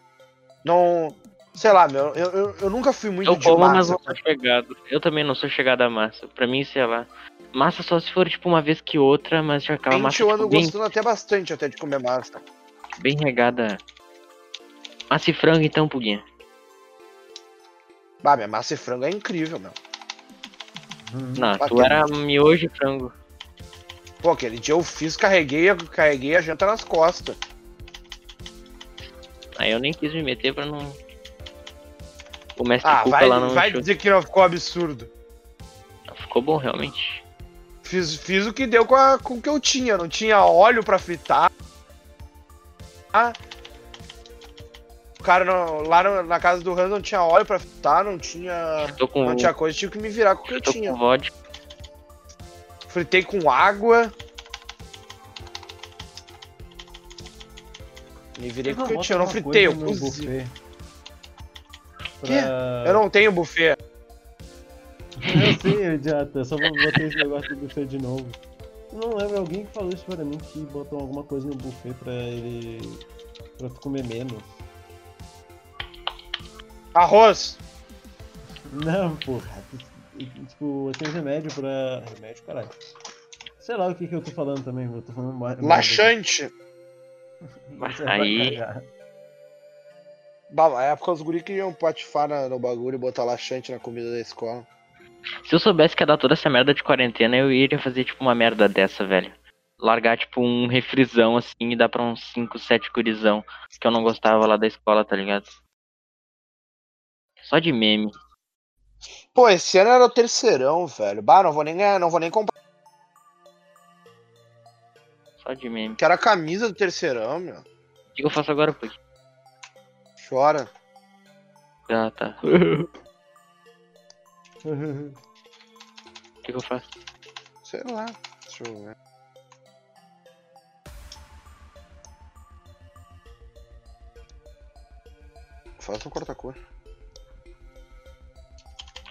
Não. Sei lá, meu, eu, eu, eu nunca fui muito
Eu
de
como, mas
massa.
não sou chegado. Eu também não sou chegado à massa. Pra mim, sei lá. Massa só se for tipo uma vez que outra, mas já aquela
Gente,
massa
eu
tipo,
ando
bem,
gostando até bastante até de comer massa.
bem regada. Massa e frango então, Puguinha.
Bah, minha massa e frango é incrível, meu.
Não, tu
bacana.
era miojo e frango.
Pô, aquele dia eu fiz, carreguei, carreguei a janta nas costas.
Aí eu nem quis me meter pra não. O mestre
Ah,
Cuca
vai,
lá não
vai
achou.
dizer que não ficou absurdo.
Ficou bom realmente.
Fiz, fiz o que deu com, a, com o que eu tinha. Não tinha óleo pra fritar. Ah. O cara não- lá no- na casa do Hans não tinha óleo pra fritar, não tinha.
Tô com,
Não tinha coisa, tinha que me virar com o que eu
Hum. tô com
tinha.
vodka.
Fritei com água. Me virei com o que eu tinha. Eu não fritei, eu cozi. Quê?
Pra...
Eu não tenho buffet.
Eu sei, ô idiota, eu só vou botar esse negócio do buffet de novo. Eu não lembro, alguém que falou isso pra mim que botou alguma coisa no buffet pra ele. pra pra tu comer menos.
Arroz.
Não, porra. tu- Tipo, eu tenho remédio pra. Remédio, caralho. Sei lá o que que eu tô falando também, eu tô falando mais.
Laxante.
Aí.
Bala, é por causa dos guri que iam patifar na- no bagulho e botar laxante na comida da escola.
Se eu soubesse que ia dar toda essa merda de quarentena, eu iria fazer, tipo, uma merda dessa, velho. Largar, tipo, um refrizão, assim, e dar pra uns 5, 7 gurizão. Que eu não gostava lá da escola, tá ligado? Só de meme.
Pô, esse ano era o terceirão, velho. Bah, não vou nem ganhar, não vou nem comprar.
Só de meme.
Quero a camisa do terceirão, meu.
O que eu faço agora, pô?
Chora.
Ah, tá. O que que eu faço?
Sei lá. Deixa eu ver. Faz um corta-cor.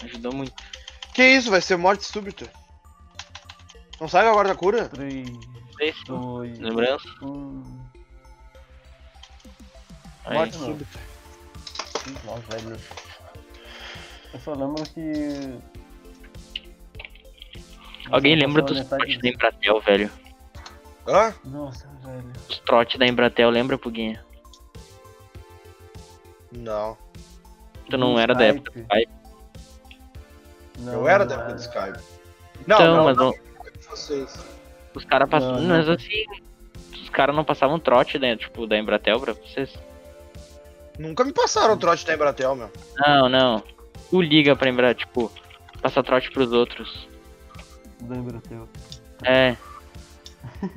Ajudou muito.
Que isso, vai ser morte súbita. Não sabe a guarda-cura?
3,
Esse,
2,
É lembrança?
1.
Aí.
Morte
não.
súbita.
Nossa, velho. Nós falamos que.
Alguém
Nossa,
lembra
passou
dos
a metade
trotes da Embratel, velho?
Hã?
Nossa, velho.
Os trotes da Embratel, lembra, Puguinha?
Não.
Tu não
No
era da época
Skype.
do Skype.
Não,
Eu era
não é.
da época do Skype. Não,
então,
não,
mas
não,
não-
vocês.
os caras
Não,
passavam.
não.
Mas assim, os caras não passavam trote, né? Tipo, da Embratel pra vocês.
Nunca me passaram o trote da Embratel, meu.
Não, não. Tu liga pra Embratel, tipo, passa trote pros outros.
Lembra teu.
É.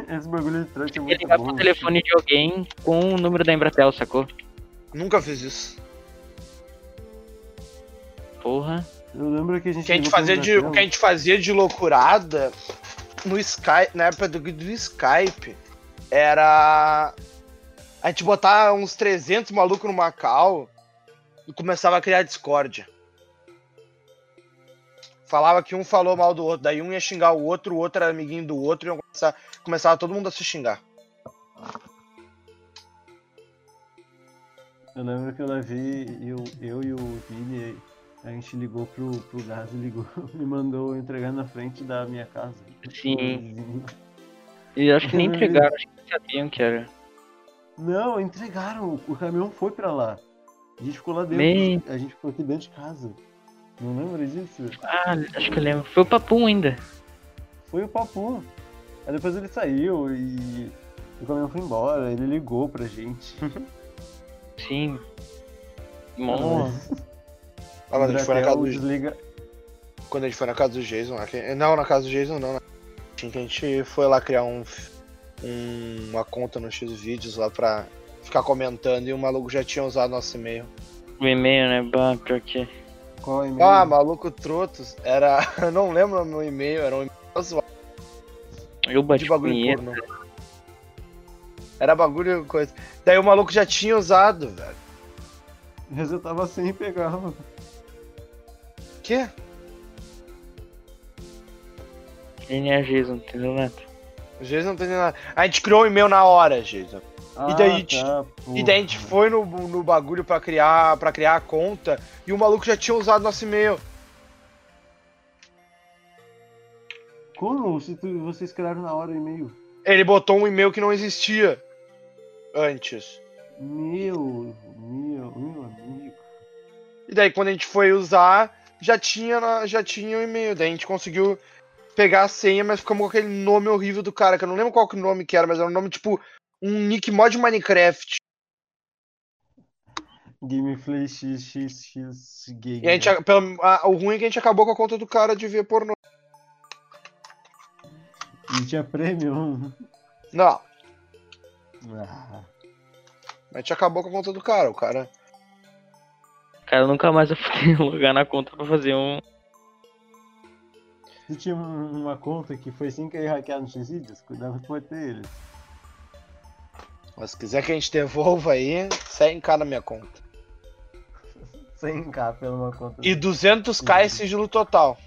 Esse bagulho de trote é
Ele
muito
ligar
bom.
pro telefone de alguém com o número da Embratel, sacou?
Nunca fiz isso.
Porra.
Eu lembro que a gente.
O que a gente
ligou pra
fazia de, o
Embratel.
que a gente fazia de loucurada no Skype, na época do, do Skype, era a gente botar uns 300 malucos no Macau e começava a criar discórdia. Falava que um falou mal do outro, daí um ia xingar o outro, o outro era amiguinho do outro e iam começar, começava todo mundo a se xingar.
Eu lembro que o Davi, eu, eu e o Vini, a gente ligou pro, pro gás e ligou e mandou entregar na frente da minha casa.
Sim. E eu acho que nem entregaram, acho que sabiam que era.
Não, entregaram. O caminhão foi pra lá. A gente ficou lá dentro.
Bem.
A gente ficou aqui dentro de casa. Não lembra disso?
Ah, acho que eu lembro. Foi o Papum ainda.
Foi o Papu. Aí depois ele saiu e o caminhão foi embora. Ele ligou pra gente.
Sim. Nossa.
Nossa.
Ah, mas a gente foi na casa do,
desliga.
quando a gente foi na casa do Jason, lá, que- não, na casa do Jason não, na, que a gente foi lá criar um, um- uma conta no Xvideos lá pra ficar comentando e o maluco já tinha usado nosso e-mail.
O e-mail, né? Bah, pior que. é.
Qual é
Ah, maluco trotos, era, eu não lembro o meu e-mail, era um e-mail zoado
Eu bati
de
com
bagulho
ele.
pornô. Era bagulho coisa. Daí o maluco já tinha usado, velho.
Mas eu tava sem pegar. mano.
Quê?
Ele é Jason, entendeu, né?
O Jason não tem nada. A gente criou um e-mail na hora, Jason.
Ah,
daí,
tá,
E daí a gente
porra.
foi no, no bagulho pra criar, pra criar a conta e o maluco já tinha usado nosso e-mail.
Como? Se tu, vocês criaram na hora o e-mail.
Ele botou um e-mail que não existia antes.
Meu, meu, meu amigo.
E daí quando a gente foi usar, já tinha na- já tinha o e-mail. Daí a gente conseguiu pegar a senha, mas ficamos com aquele nome horrível do cara, que eu não lembro qual que nome que era, mas era um nome tipo um nick mod Minecraft.
Gameplay XXX Game.
E a gente, a- pelo- a- o ruim é que a gente acabou com a conta do cara de ver pornô.
E tinha prêmio.
Não,
Ah,
a gente acabou com a conta do cara, o cara.
Cara, nunca mais eu fui logar na conta pra fazer um.
tu tinha um- uma conta que foi assim que eu hackeado no Xvideos? Cuidado com ter eles.
Mas se quiser que a gente devolva aí, 100k na minha conta.
100k pela uma conta.
E 200k é sigilo total.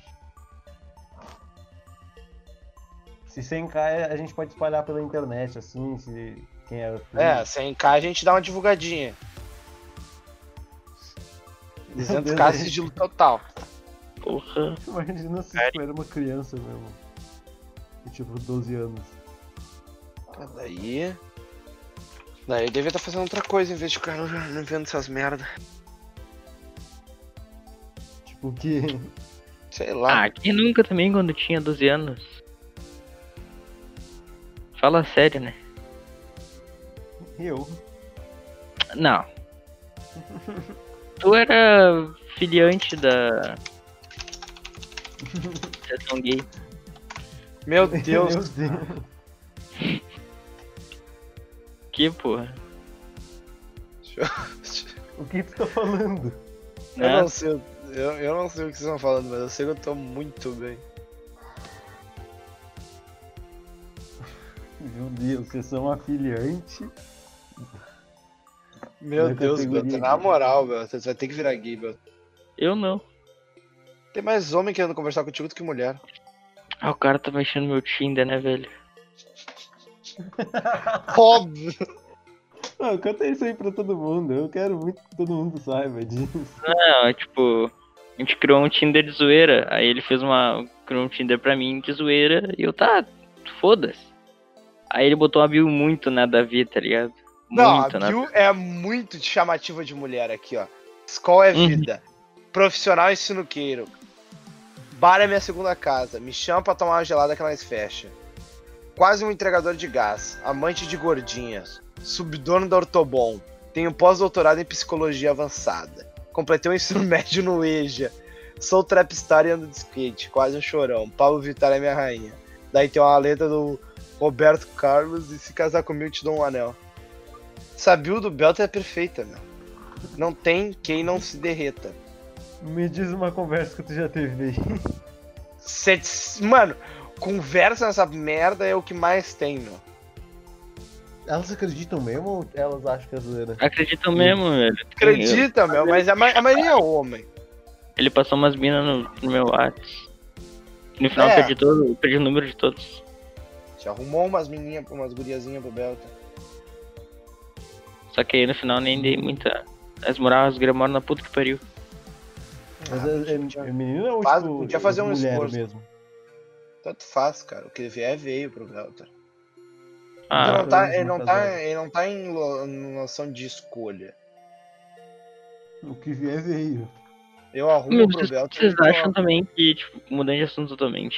Se 100k é- a gente pode espalhar pela internet, assim, se Quem era o filho?
É, 100k a gente dá uma divulgadinha. 200k sigilo total.
Porra.
Imagina se tipo, era uma criança mesmo. De, tipo, 12 anos.
Daí. Daí eu devia estar fazendo outra coisa em vez de ficar não vendo essas merda.
Tipo, que.
Sei lá.
Ah, quem nunca também quando tinha 12 anos? Fala sério, né?
Eu.
Não. tu era filiante da. Sessão gay.
Meu Deus.
Meu Deus.
Que porra?
O que tu tá falando?
Eu
Né?
não sei, eu, eu não sei o que vocês estão falando, mas eu sei que eu tô muito bem.
Meu Deus, vocês são afiliante.
Meu
Na
Deus,
categoria,
Beto, na
cara.
moral, Beto, você vai ter que virar gay, Beto.
Eu não.
Tem mais homem querendo conversar contigo do que mulher.
Ah, o cara tá mexendo no meu Tinder, né, velho?
Óbvio.
Não, conta isso aí pra todo mundo. Eu quero muito que todo mundo saiba disso.
Não, é tipo. A gente criou um Tinder de zoeira. Aí ele fez uma. Criou um Tinder pra mim de zoeira. E eu, tá, foda-se. Aí ele botou uma bio muito nada a ver, tá ligado?
Não,
muito né?
a
nada.
Bill é muito chamativa de mulher aqui, ó. Escola é
Uhum.
vida. Profissional e sinuqueiro. Bar é minha segunda casa. Me chama pra tomar uma gelada que nós fecha. Quase um entregador de gás. Amante de gordinhas. Subdono da Ortobon. Tenho pós-doutorado em psicologia avançada. Completei o ensino médio no EJA. Sou trapstar e ando de skate. Quase um chorão. Pablo Vittar é minha rainha. Daí tem uma letra do Roberto Carlos. E se casar comigo, eu te dou um anel. Sabiu do Belter é perfeita, meu. Não tem quem não se derreta.
Me diz uma conversa que tu já teve.
Sete... Mano, conversa nessa merda é o que mais tem, meu.
Elas acreditam mesmo ou elas acham que é zoeira?
Ah,
Acreditam mesmo, velho.
Acredita, meu, mas a, ma- a maioria é homem.
Ele passou umas minas no, no meu WhatsApp. No final
É.
eu perdi, todo, eu perdi o número de todos.
Te arrumou umas menininhas, umas guriazinhas pro Belter.
Só que aí no final nem dei muita. As moravam, as gurias moram na puta que pariu.
Mas é, é, é menina ou
Faz-
tipo,
podia fazer um
mulher
esforço.
mesmo?
Tanto faz, cara. O que ele vier, veio pro Belter. ele,
Ah,
não tá,
pelo
ele,
menos
não
uma
tá,
casada.
ele não tá em lo- noção de escolha.
O que vier veio.
Eu arrumo
Meu,
pro
vocês,
Belter.
vocês
eu arrumo.
acham também que, tipo, mudando de assunto totalmente.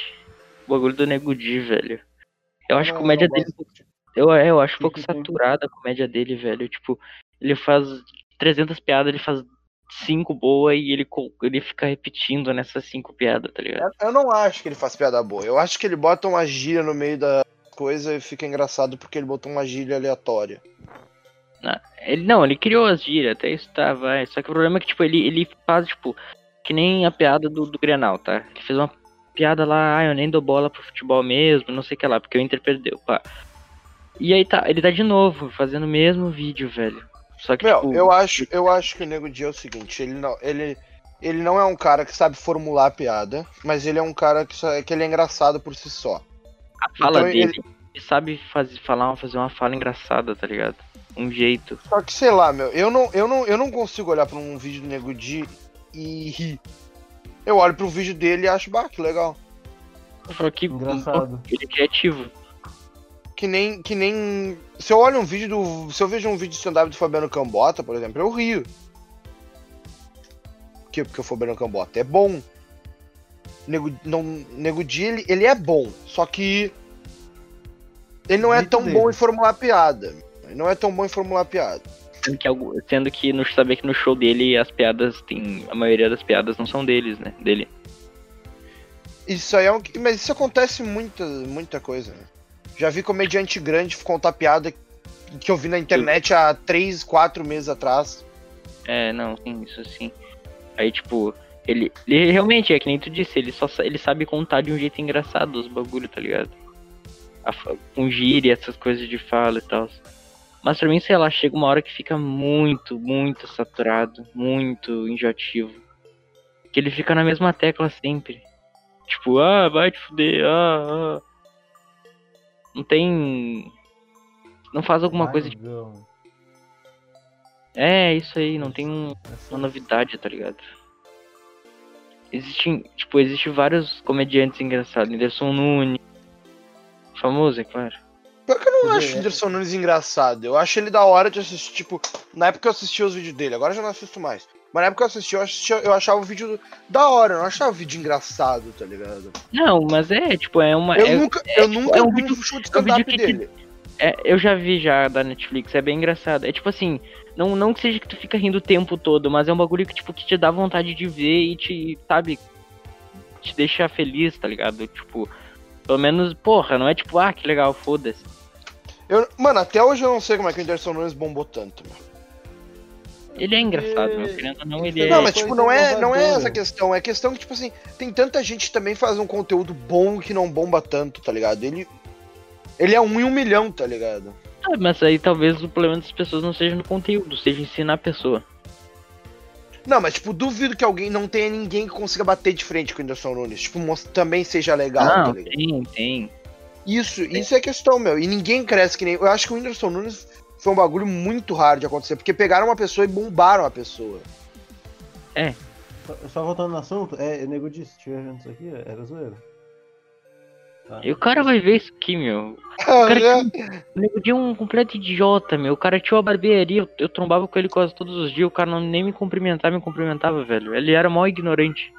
O bagulho do Nego Di, velho. Eu acho
Não,
que a comédia
não
dele.
gosto.
Eu, é, eu acho um pouco
Sim, sim.
saturada a comédia dele, velho. Tipo, ele faz 300 piadas, ele faz cinco boas e ele, co- ele fica repetindo nessas cinco piadas, tá ligado?
Eu- Eu não acho que ele faz piada boa. Eu acho que ele bota uma gíria no meio da coisa e fica engraçado porque ele botou uma gíria aleatória.
Ele, não, ele criou as gírias, até isso tá, vai. Só que o problema é que, tipo, ele, ele faz, tipo, que nem a piada do, do Grenal, tá? Ele fez uma piada lá, ah, eu nem dou bola pro futebol mesmo, não sei o que lá, porque o Inter perdeu, pá. E aí tá, ele tá de novo, fazendo o mesmo vídeo, velho. Só que,
Meu,
tipo,
eu acho, eu acho que o Nego Di é o seguinte, ele não, ele, ele não é um cara que sabe formular a piada, mas ele é um cara que, sa- que ele é engraçado por si só.
a fala
então
dele, ele sabe fazer, falar, fazer uma fala engraçada, tá ligado? Um jeito.
Só que, sei lá, meu, eu não, eu não, eu não consigo olhar pra um vídeo do Nego Di e rir. Eu olho pro vídeo dele e acho, bah, que legal.
Só que
Engraçado.
ele é criativo.
Que nem, que nem. Se eu olho um vídeo do. Se eu vejo um vídeo de stand-up do Fabiano Cambota, por exemplo, eu rio. Por quê? Porque o Fabiano Cambota é bom. Nego, não, Nego Di, ele, ele é bom, só que. Ele não é
Jeito
tão
dele.
bom em formular piada. Ele não é tão bom em formular piada.
Sendo que, algo- sendo que no, saber que no show dele as piadas tem. A maioria das piadas não são deles, né? Dele.
Isso aí é um. que- Mas isso acontece muita, muita coisa. né? Já vi comediante grande contar piada que eu vi na internet há 3, 4 meses atrás.
É, não, sim, isso sim. Aí, tipo, ele, ele realmente, é que nem tu disse, ele só sa- ele sabe contar de um jeito engraçado os bagulho, tá ligado? A, fa- com gíria, essas coisas de fala e tal. Mas pra mim, sei lá, chega uma hora que fica muito, muito saturado, muito enjoativo. Que ele fica na mesma tecla sempre. Tipo, ah, vai te fuder, ah, ah. Não tem. não faz alguma coisa de.
Narigão.
É, isso aí, não tem um-
Essa-
uma novidade, tá ligado? Existem, tipo, existem vários comediantes engraçados. Anderson Nunes. Famoso, é claro.
Eu não
Pois
acho
é.
o Whindersson Nunes engraçado. Eu acho ele da hora de assistir, tipo, na época eu assistia os vídeos dele, agora eu já não assisto mais. Mas na época eu assistia, eu, assistia, eu achava o vídeo da hora, eu não achava o vídeo engraçado, tá ligado?
Não, mas é, tipo, é uma.
Eu
é-
nunca, eu nunca
é um
vi
vídeo-
um show de
é um vídeo
stand-up
que te-
dele.
É, eu já vi já da Netflix, é bem engraçado. É tipo assim, não, não que seja que tu fica rindo o tempo todo, mas é um bagulho que, tipo, que te dá vontade de ver e te, sabe, te deixa feliz, tá ligado? Tipo, pelo menos, porra, não é tipo, ah, que legal, foda-se.
Eu- mano, até hoje eu não sei como é que o Whindersson Nunes bombou tanto, meu.
Ele é engraçado, meu querendo ou não, ele
É,
não,
é.
mas tipo, não é, não é
inovadora.
essa questão. É questão que, tipo assim, tem tanta gente que também faz um conteúdo bom que não bomba tanto, tá ligado? Ele. Ele é um em um milhão, tá ligado?
Ah, mas aí talvez o problema das pessoas não seja no conteúdo, seja ensinar a pessoa.
Não, mas tipo, duvido que alguém não tenha ninguém que consiga bater de frente com o Whindersson Nunes. Tipo, mos- também seja legal, tá
não,
ligado?
tem, tem.
Isso, isso é questão, meu. E ninguém cresce que nem. Eu acho que o Whindersson Nunes foi um bagulho muito raro de acontecer, porque pegaram uma pessoa e bombaram a pessoa.
Só- Só voltando no assunto, é, é nego disse, tinha gente isso aqui, é, era zoeira. Tá.
E o cara vai ver isso aqui, meu. cara O nego dia é um completo idiota, meu. O cara tinha uma barbearia, eu, eu trombava com ele quase todos os dias, o cara não nem me cumprimentava, me cumprimentava, velho. Ele era mó ignorante.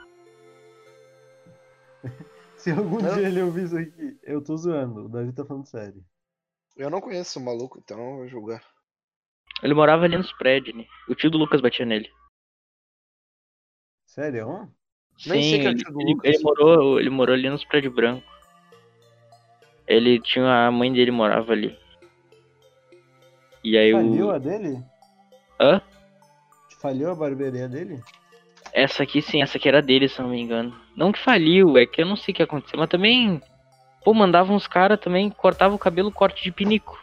Se algum
Não.
dia ele ouvir isso aqui, eu tô zoando, o Davi tá falando sério.
Eu não conheço o maluco, então eu não vou julgar.
Ele morava ali nos prédios, né? O tio do Lucas batia nele.
Sério? hum?
Nem
Sim,
sei quem é o
ele,
tio do
ele-
Lucas.
ele morou, ele morou ali nos prédios brancos. Ele tinha. A mãe dele morava ali. E aí
Falhou
o.
a dele?
Hã?
Falhou a barbearia dele?
Essa aqui sim, essa aqui era dele, se eu não me engano. Não que faliu, é que eu não sei o que aconteceu, mas também. Pô, mandava uns caras também, cortava o cabelo corte de pinico.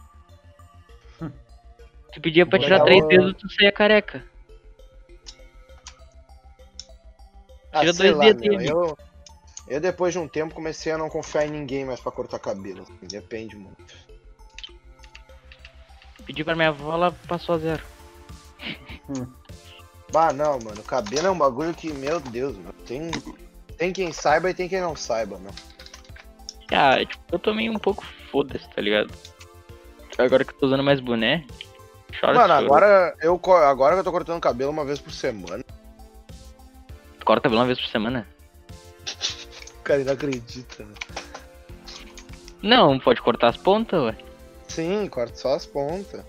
Tu pedia pra
Vou
tirar
Hum. dar
três
uma-
dedos, tu saía careca.
Ah,
Tira
sei
dois
lá,
dedos
meu,
dele.
eu, eu depois de um tempo comecei a não confiar em ninguém mais pra cortar cabelo. assim, Depende muito.
Pedi pra minha avó, ela passou a zero.
Bah, não, mano. Cabelo é um bagulho que, meu Deus, meu, tem, tem quem saiba e tem quem não saiba, meu.
Ah, tipo, eu tomei um pouco foda-se, tá ligado? Agora que eu tô usando mais boné, chora
Mano,
se chora.
agora eu, co- agora que eu tô cortando cabelo uma vez por semana.
Tu corta o cabelo uma vez por semana?
Cara, ele não acredita, né?
Não, pode cortar as pontas, ué.
Sim, corto só as pontas.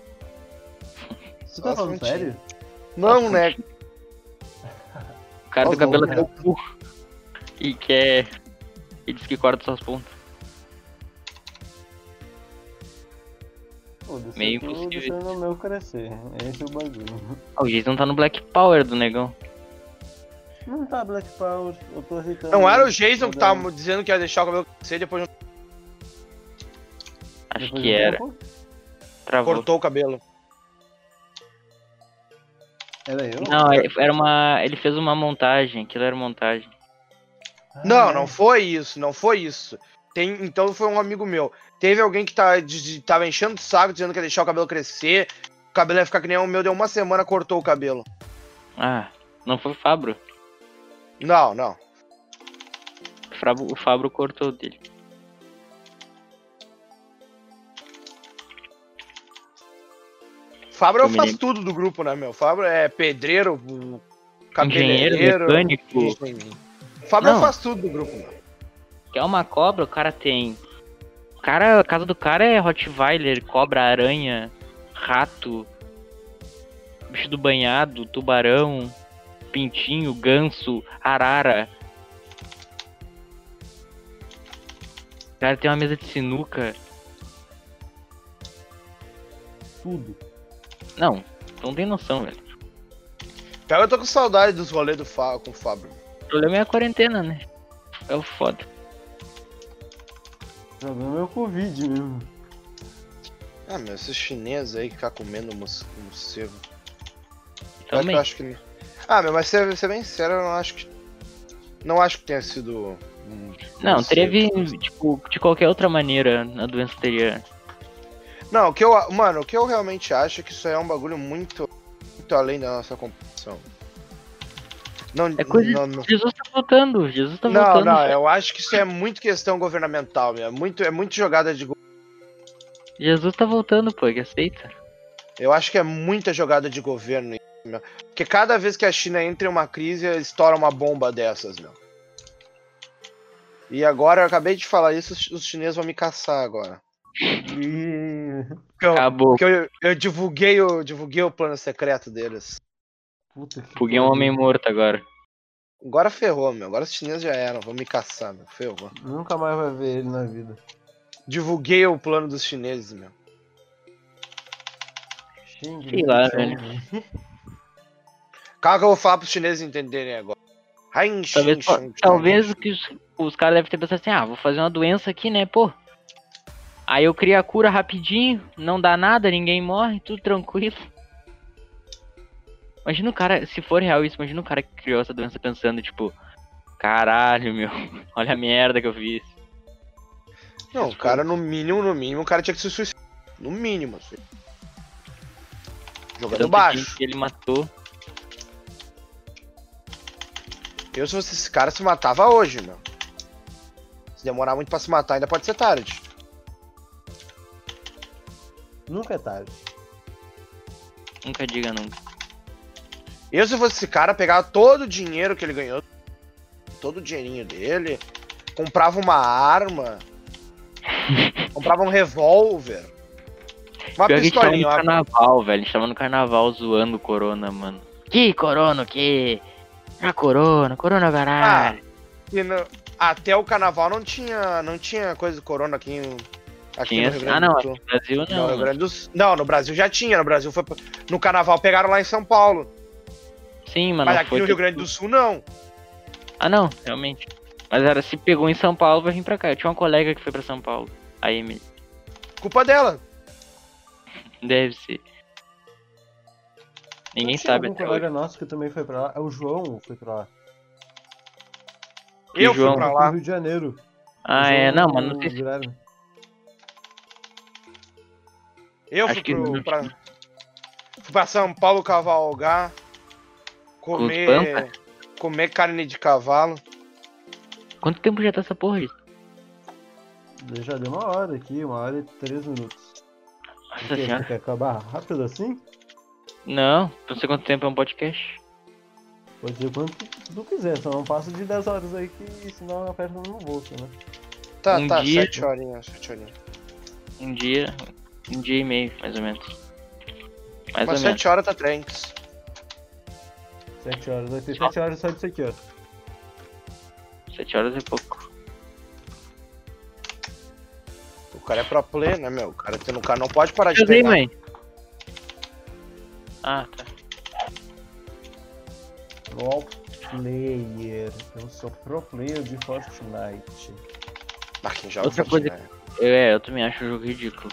Você
Só
tá
as
falando
pontinhas.
sério?
Não, né?
O cara do
Tá bom,
cabelo até o cu. E quer. E diz que corta suas pontas.
Foda-se,
Meio
eu tô
impossível
deixando o meu crescer, esse é o bagulho.
Ah, o Jason tá no Black Power do negão.
Não tá Black Power, eu tô aceitando.
Não era o Jason que
Cada um.
tava dizendo que ia deixar o cabelo crescer depois não
Acho
Depois
que
de um
era.
pouco?
Travou.
é. cortou o cabelo.
Era eu?
Não, é- era uma. Ele fez uma montagem, aquilo era montagem.
Ah,
Não, não foi isso, não foi isso. Tem, então foi um amigo meu. Teve alguém que tá, de- de- tava enchendo o saco dizendo que ia deixar o cabelo crescer. O cabelo ia ficar que nem o meu, deu uma semana, cortou o cabelo.
Ah, não foi o Fabro.
Não, não.
O Fabro, o Fabro cortou o dele.
Fábio
Eu me
faz
lembro.
tudo é do grupo, né, meu? Fábio é pedreiro, bu-
Engenheiro,
cabeleireiro.
mecânico.
engenheiro. Fábio
Não.
faz tudo do grupo, meu.
Quer é uma cobra, o cara tem. O cara, a casa do cara é Rottweiler, cobra, aranha, rato, bicho do banhado, tubarão, pintinho, ganso, arara. O cara tem uma mesa de sinuca.
Tudo.
Não, não tem noção, velho.
Pior que eu tô com saudade dos rolês do Fá, com o Fábio.
O problema é a quarentena, né? É o foda.
O problema é o Covid mesmo.
Ah, meu, esses chineses aí que ficam comendo mos- morcego. Pior que
Também.
Eu acho que não. Ah, meu, mas ser, ser bem sério, eu não acho que. Não acho que tenha sido. um
Não,
morcego.
teve, tipo, de qualquer outra maneira a doença teria.
Não, o que eu. Mano, o que eu realmente acho é que isso aí é um bagulho muito. Muito além da nossa compreensão. Não,
É coisa
não, não,
Jesus tá voltando, Jesus tá
não,
voltando.
não, eu acho que isso é muito questão governamental, meu. É muito, é muito jogada de. go-
Jesus tá voltando, pô, que aceita.
Eu acho que é muita jogada de governo, meu. Porque cada vez que a China entra em uma crise, estoura uma bomba dessas, meu. E agora, eu acabei de falar isso, os- os chineses vão me caçar agora.
E...
Porque eu,
Acabou.
porque eu- eu divulguei, o, divulguei o plano secreto deles.
Puta que
Fuguei um homem morto agora.
Agora ferrou, meu. Agora os chineses já eram. Vão me caçar, meu. Ferrou.
Nunca mais vai ver ele na vida.
Divulguei o plano dos chineses, meu.
Xingue.
Sei lá,
xingue.
Calma que eu vou falar pros chineses entenderem agora. Rain, xin,
Talvez,
xin, xin.
talvez que os, os caras devem ter pensado assim, ah, vou fazer uma doença aqui, né, pô. Aí eu crio a cura rapidinho, não dá nada, ninguém morre, tudo tranquilo. Imagina o cara, se for real isso, imagina o cara que criou essa doença pensando, tipo, caralho, meu, olha a merda que eu fiz.
Não, o cara, no mínimo, no mínimo, o cara tinha que se suicidar. No mínimo, assim. Jogando
Tanta
baixo.
gente que ele matou.
Eu, se fosse esse cara, se matava hoje, meu. Se demorar muito pra se matar, ainda pode ser tarde.
Nunca é tarde.
Nunca diga nunca.
Eu, se fosse esse cara, pegava todo o dinheiro que ele ganhou, todo o dinheirinho dele, comprava uma arma, comprava um revólver, uma
Pior que um a gente tava
pistolinha,
no
uma-
carnaval, velho. A gente tava no carnaval zoando o corona, mano. Que corona, o quê? Ah, corona, corona,
Ah,
caralho.
e no- até o carnaval não tinha, não tinha coisa do corona aqui, em- aqui
Tinha-
no Rio
ah,
Grande
não,
do Sul.
no Brasil
No
não.
Rio
mano.
Grande do Sul- Não, no Brasil já tinha, no Brasil foi. pra- No carnaval pegaram lá em São Paulo.
Sim, mano.
mas
não
aqui
foi
no Rio
tudo-
Grande do Sul não.
Ah, não, realmente. Mas era, se pegou em São Paulo, vai vir pra cá. Eu tinha uma colega que foi pra São Paulo. A Emily.
Culpa dela.
Deve ser. Ninguém
Tinha
sabe
algum
até hoje.
colega nosso que também foi pra lá. É o João foi pra lá.
Que
eu
João.
fui pra
No
lá.
Rio de Janeiro.
Ah, é, não, mano, não sei se.
Guilherme.
Eu
Acho
fui
que não.
pro, pra, fui pra São Paulo cavalgar. Comer.
pampa?
Comer carne de cavalo.
Quanto tempo já tá essa porra disso?
Já deu uma hora aqui, uma hora e três minutos.
Nossa
Por quê?
senhora.
Quer acabar rápido assim?
Não, não sei quanto tempo é um podcast.
Pode ser quanto tu quiser, só não passa de 10 horas aí que senão aperta no bolso, né?
Tá,
Um
tá,
dia-
sete horinhas, sete horinhas.
Um dia. Um dia e meio, mais ou menos. Mais ou
Mas
menos.
sete horas tá trens.
7 horas, vai ter
Só.
7 horas só disso aqui, ó.
Sete horas é pouco.
O cara é pro play, né, meu? O cara, tem- o cara não pode parar de
Eu sei,
pegar.
mãe. Ah, tá.
Pro player. Eu sou pro player de Fortnite.
Ah, quem joga
Outra
Fortnite, né?
Eu, é, eu também acho o jogo ridículo.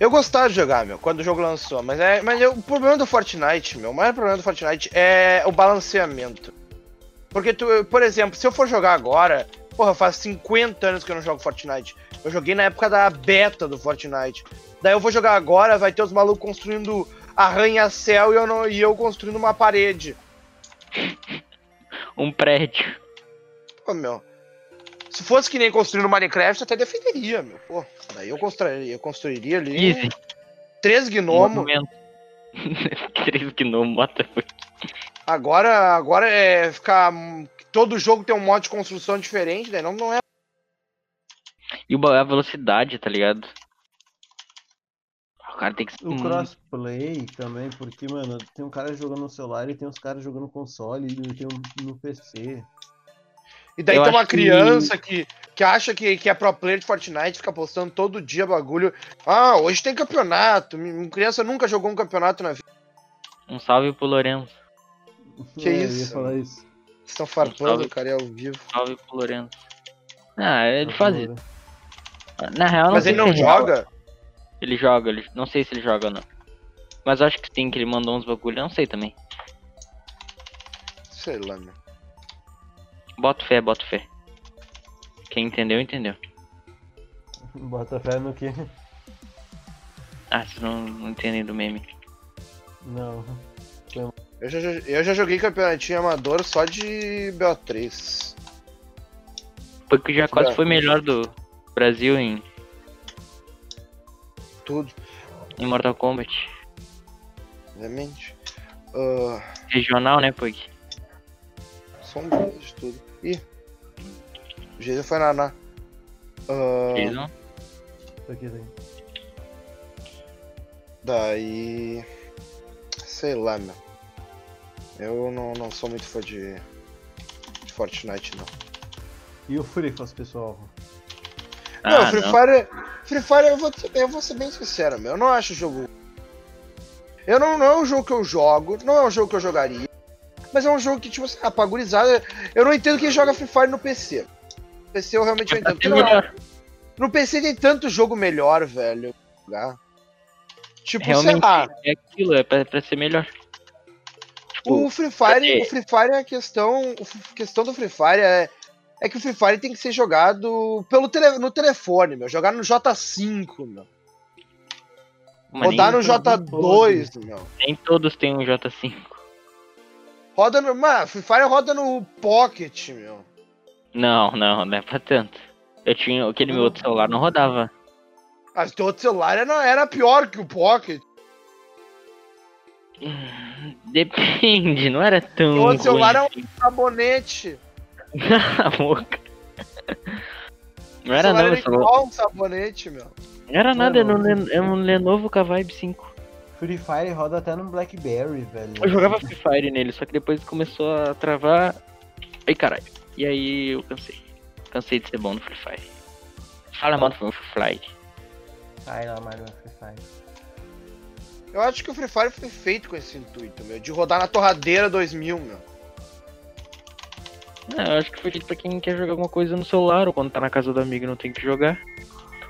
Eu gostava de jogar, meu, quando o jogo lançou, mas é, mas eu- o problema do Fortnite, meu, o maior problema do Fortnite é o balanceamento. Porque tu, por exemplo, se eu for jogar agora, porra, faz 50 anos que eu não jogo Fortnite. Eu joguei na época da beta do Fortnite. Daí eu vou jogar agora, vai ter os malucos construindo arranha-céu e eu não- e eu construindo uma parede.
Um prédio.
Pô, meu. Se fosse que nem construir no Minecraft, eu até defenderia, meu. Pô, daí eu construiria, eu construiria ali
Easy.
três gnomos.
Monumento. Três gnomos, bota.
Agora, agora é ficar. Todo jogo tem um modo de construção diferente, daí não, não é.
E o ba- a velocidade, tá ligado? O cara tem que ser um,
O
muito-
crossplay também, porque, mano, tem um cara jogando no celular e tem uns caras jogando no console e tem um no PC.
E daí
Eu
tem uma
acho que-
criança que, que acha que, que é pro player de Fortnite, fica postando todo dia bagulho. Ah, hoje tem campeonato. Uma criança nunca jogou um campeonato na vida.
Um salve pro Lourenço.
Que
É, Eu ia
isso?
falar isso.
Vocês estão farpando,
Salve.
cara, é ao vivo.
Um salve pro Lourenço. Ah, ele
Tá
faz
bom,
isso.
né?
Na real,
Mas
sei
ele
se
não
real.
joga?
Ele joga, ele... não sei se ele joga ou não. Mas acho que sim, que ele mandou uns bagulho, eu não sei também.
Sei lá, meu.
Boto fé, boto fé. Quem entendeu, entendeu.
Bota fé no que?
Ah, vocês não, não entendem do meme.
Não.
Eu já, eu já joguei campeonatinho amador só de BO3.
Porque o Jacó foi melhor do Brasil em,
Tudo,
em Mortal Kombat.
obviamente. Ah,
Regional, né, Pug?
só um pouco de tudo. Ih. O Jason foi naná. Ah,
Eles não?
Tô aqui, tô aqui.
Daí. Sei lá, meu. Eu não, não sou muito fã de. de Fortnite, não.
E o Free Fast, pessoal?
não,
Ah,
Free
não.
Fire. Free Fire, eu vou, te- eu vou ser bem sincero, meu. Eu não acho o jogo. Eu não, não é um jogo que eu jogo, não é um jogo que eu jogaria. Mas é um jogo que, tipo assim, apagurizado. Eu não entendo quem joga Free Fire no PC. No PC eu realmente não
É pra
entendo.
ser
porque não-
melhor.
No PC tem tanto jogo melhor, velho. jogar. Tipo, sei
Realmente,
lá.
é aquilo, é pra, pra ser melhor. Tipo,
O Free Fire,
é-
o Free Fire é a questão, o f- questão do Free Fire é, é que o Free Fire tem que ser jogado pelo tele, no telefone, meu, jogar no J5, meu.
mas
Rodar
nem,
no J2, meu.
nem todos têm um J5.
Roda no, mano, Free Fire roda no Pocket, meu.
Não, não, não é pra tanto. Eu tinha aquele meu outro celular, não rodava.
Ah, teu outro celular era, era pior que o Pocket.
Depende, não era tão.
Teu outro celular é
ruim
um sabonete.
assim. Cala a boca. Não era
Teu celular
não,
era
esse celular.
igual um sabonete, meu.
Não era nada, era um,
Lenovo.
Len- era um Lenovo com a Vibe 5.
Free Fire roda até no Blackberry, velho.
Eu jogava Free Fire nele, só que depois começou a travar. Ai caralho. E aí eu cansei. Cansei de ser bom no Free Fire. Fala mal do Free Fire.
Ai, lá, Mario, Free Fire.
Eu acho que o Free Fire foi feito com esse intuito, meu, de rodar na torradeira 2000, meu.
Não, É, eu acho que foi feito pra quem quer jogar alguma coisa no celular, ou quando tá na casa do amigo e não tem que jogar.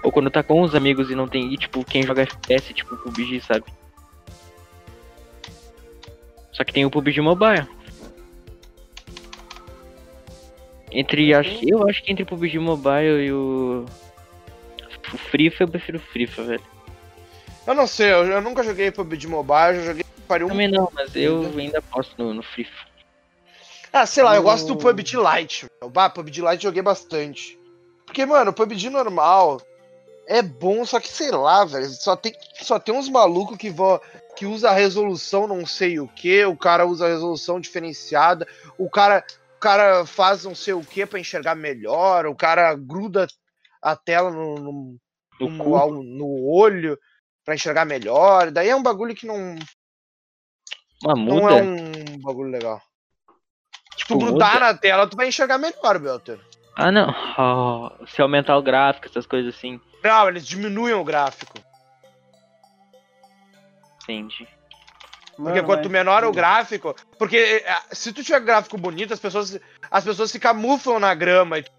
Ou quando tá com os amigos e não tem. E tipo, quem joga FPS, tipo o PUBG, sabe? Só que tem o PUBG Mobile. Entre. acho- Eu acho que entre o PUBG Mobile e o. O Frifa, eu prefiro o Frifa, velho.
Eu não sei, eu, eu nunca joguei PUBG Mobile, eu já joguei Free Fire 1
Também não, mas eu
Uhum.
ainda aposto no, no Frifa.
Ah, sei lá, eu gosto do
Eu-
PUBG Lite. meu. Bah, PUBG Lite joguei bastante. Porque, mano, o PUBG normal é bom, só que sei lá, velho. Só tem, só tem uns malucos que vão que usa a resolução não sei o que, o cara usa a resolução diferenciada, o cara, o cara faz não sei o que pra enxergar melhor, o cara gruda a tela no, no,
No
no-
cu.
ao- no olho pra enxergar melhor. Daí é um bagulho que não,
Uma
não
muda.
é um bagulho legal. Se tu
tipo,
grudar
muda.
na tela, tu vai enxergar melhor, Belter.
Ah, não. Ah, se aumentar o gráfico, essas coisas assim.
Não, eles diminuem o gráfico.
Entende?
Porque
Mano,
quanto
mas-
menor o gráfico. Porque eh, se tu tiver gráfico bonito, as pessoas, as pessoas se camuflam na grama. e tu-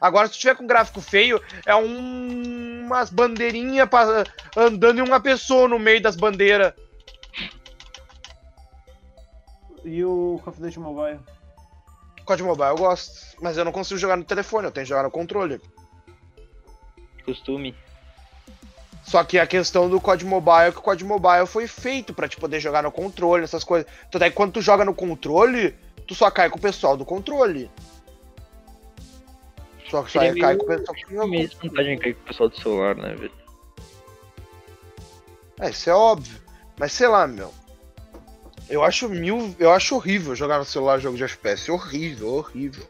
Agora, se tu tiver com gráfico feio, é um, umas bandeirinhas pa- andando em uma pessoa no meio das bandeiras.
E o Call of Duty Mobile?
Código Mobile eu gosto, mas eu não consigo jogar no telefone, eu tenho que jogar no controle.
Costume.
Só que a questão do COD Mobile é que o COD Mobile foi feito pra te poder jogar no controle, essas coisas. Tanto é que quando tu joga no controle, tu só cai com o pessoal do controle. Só que só
Seria
cai
é meio-
com o pessoal que
Tem
joga.
meio desvantagem que é com o pessoal do celular, né, velho?
É, isso é óbvio. Mas sei lá, meu. Eu acho mil. Eu acho horrível jogar no celular jogo de FPS. Horrível, horrível.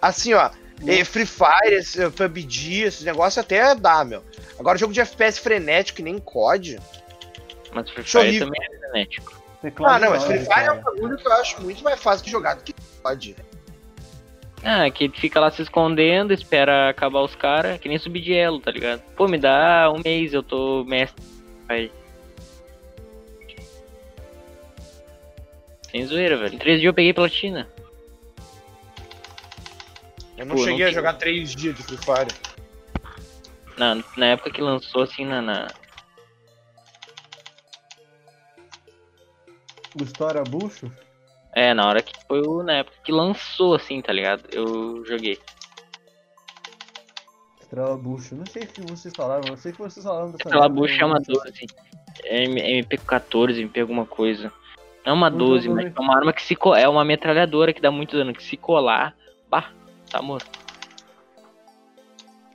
Assim, ó,
Hum.
eh, Free Fire, esse, eh, PUBG, esse negócio até dá, meu. Agora jogo de FPS frenético, que nem COD.
Mas Free
Isso é
Fire
horrível.
também é frenético.
Teclado
Ah, não, mas
e
Free
mouse,
Fire é um
cara.
bagulho que eu acho muito mais fácil de jogar do que COD.
Ah, que ele fica lá se escondendo, espera acabar os caras, que nem subir de elo, tá ligado? Pô, me dá um mês, eu tô mestre. Aí. Sem zoeira, velho. Em três dias eu peguei platina.
Eu não
Pô,
cheguei
não
a
tem.
jogar três dias de Free Fire.
Na, na época que lançou, assim, na, na,
O Stora Bucho?
É, na hora que foi o- na época que lançou, assim, tá ligado? Eu joguei.
Estrelabucho. Não sei o que vocês falaram, eu sei que vocês falaram dessa
Aquela
merda, né?
bucha
eu
é uma
não sei.
12. É M- MP14, MP alguma coisa. Não é uma
Não
12,
jogou,
mas
né?
é uma arma que se co... É uma metralhadora que dá muito dano. Que se colar. Bah, tá morto.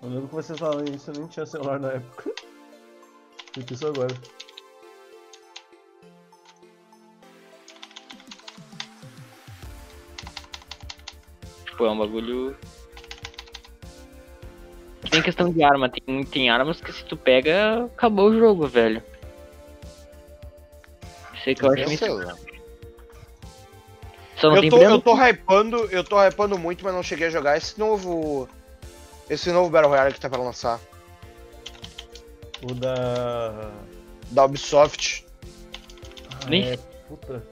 Eu lembro que vocês falaram isso, eu nem tinha celular na época. Eu isso agora.
Tipo, é um bagulho. Tem questão de arma. Tem, tem armas que se tu pega, acabou o jogo, velho. Sei que eu acho
Eu
muito.
sei lá.
Só Então não tem
Eu tô,
problema.
eu tô hypando, eu tô hypando muito, mas não cheguei a jogar esse novo. Esse novo Battle Royale que tá pra lançar.
O da.
Da Ubisoft.
Ah,
Nem-
é, puta.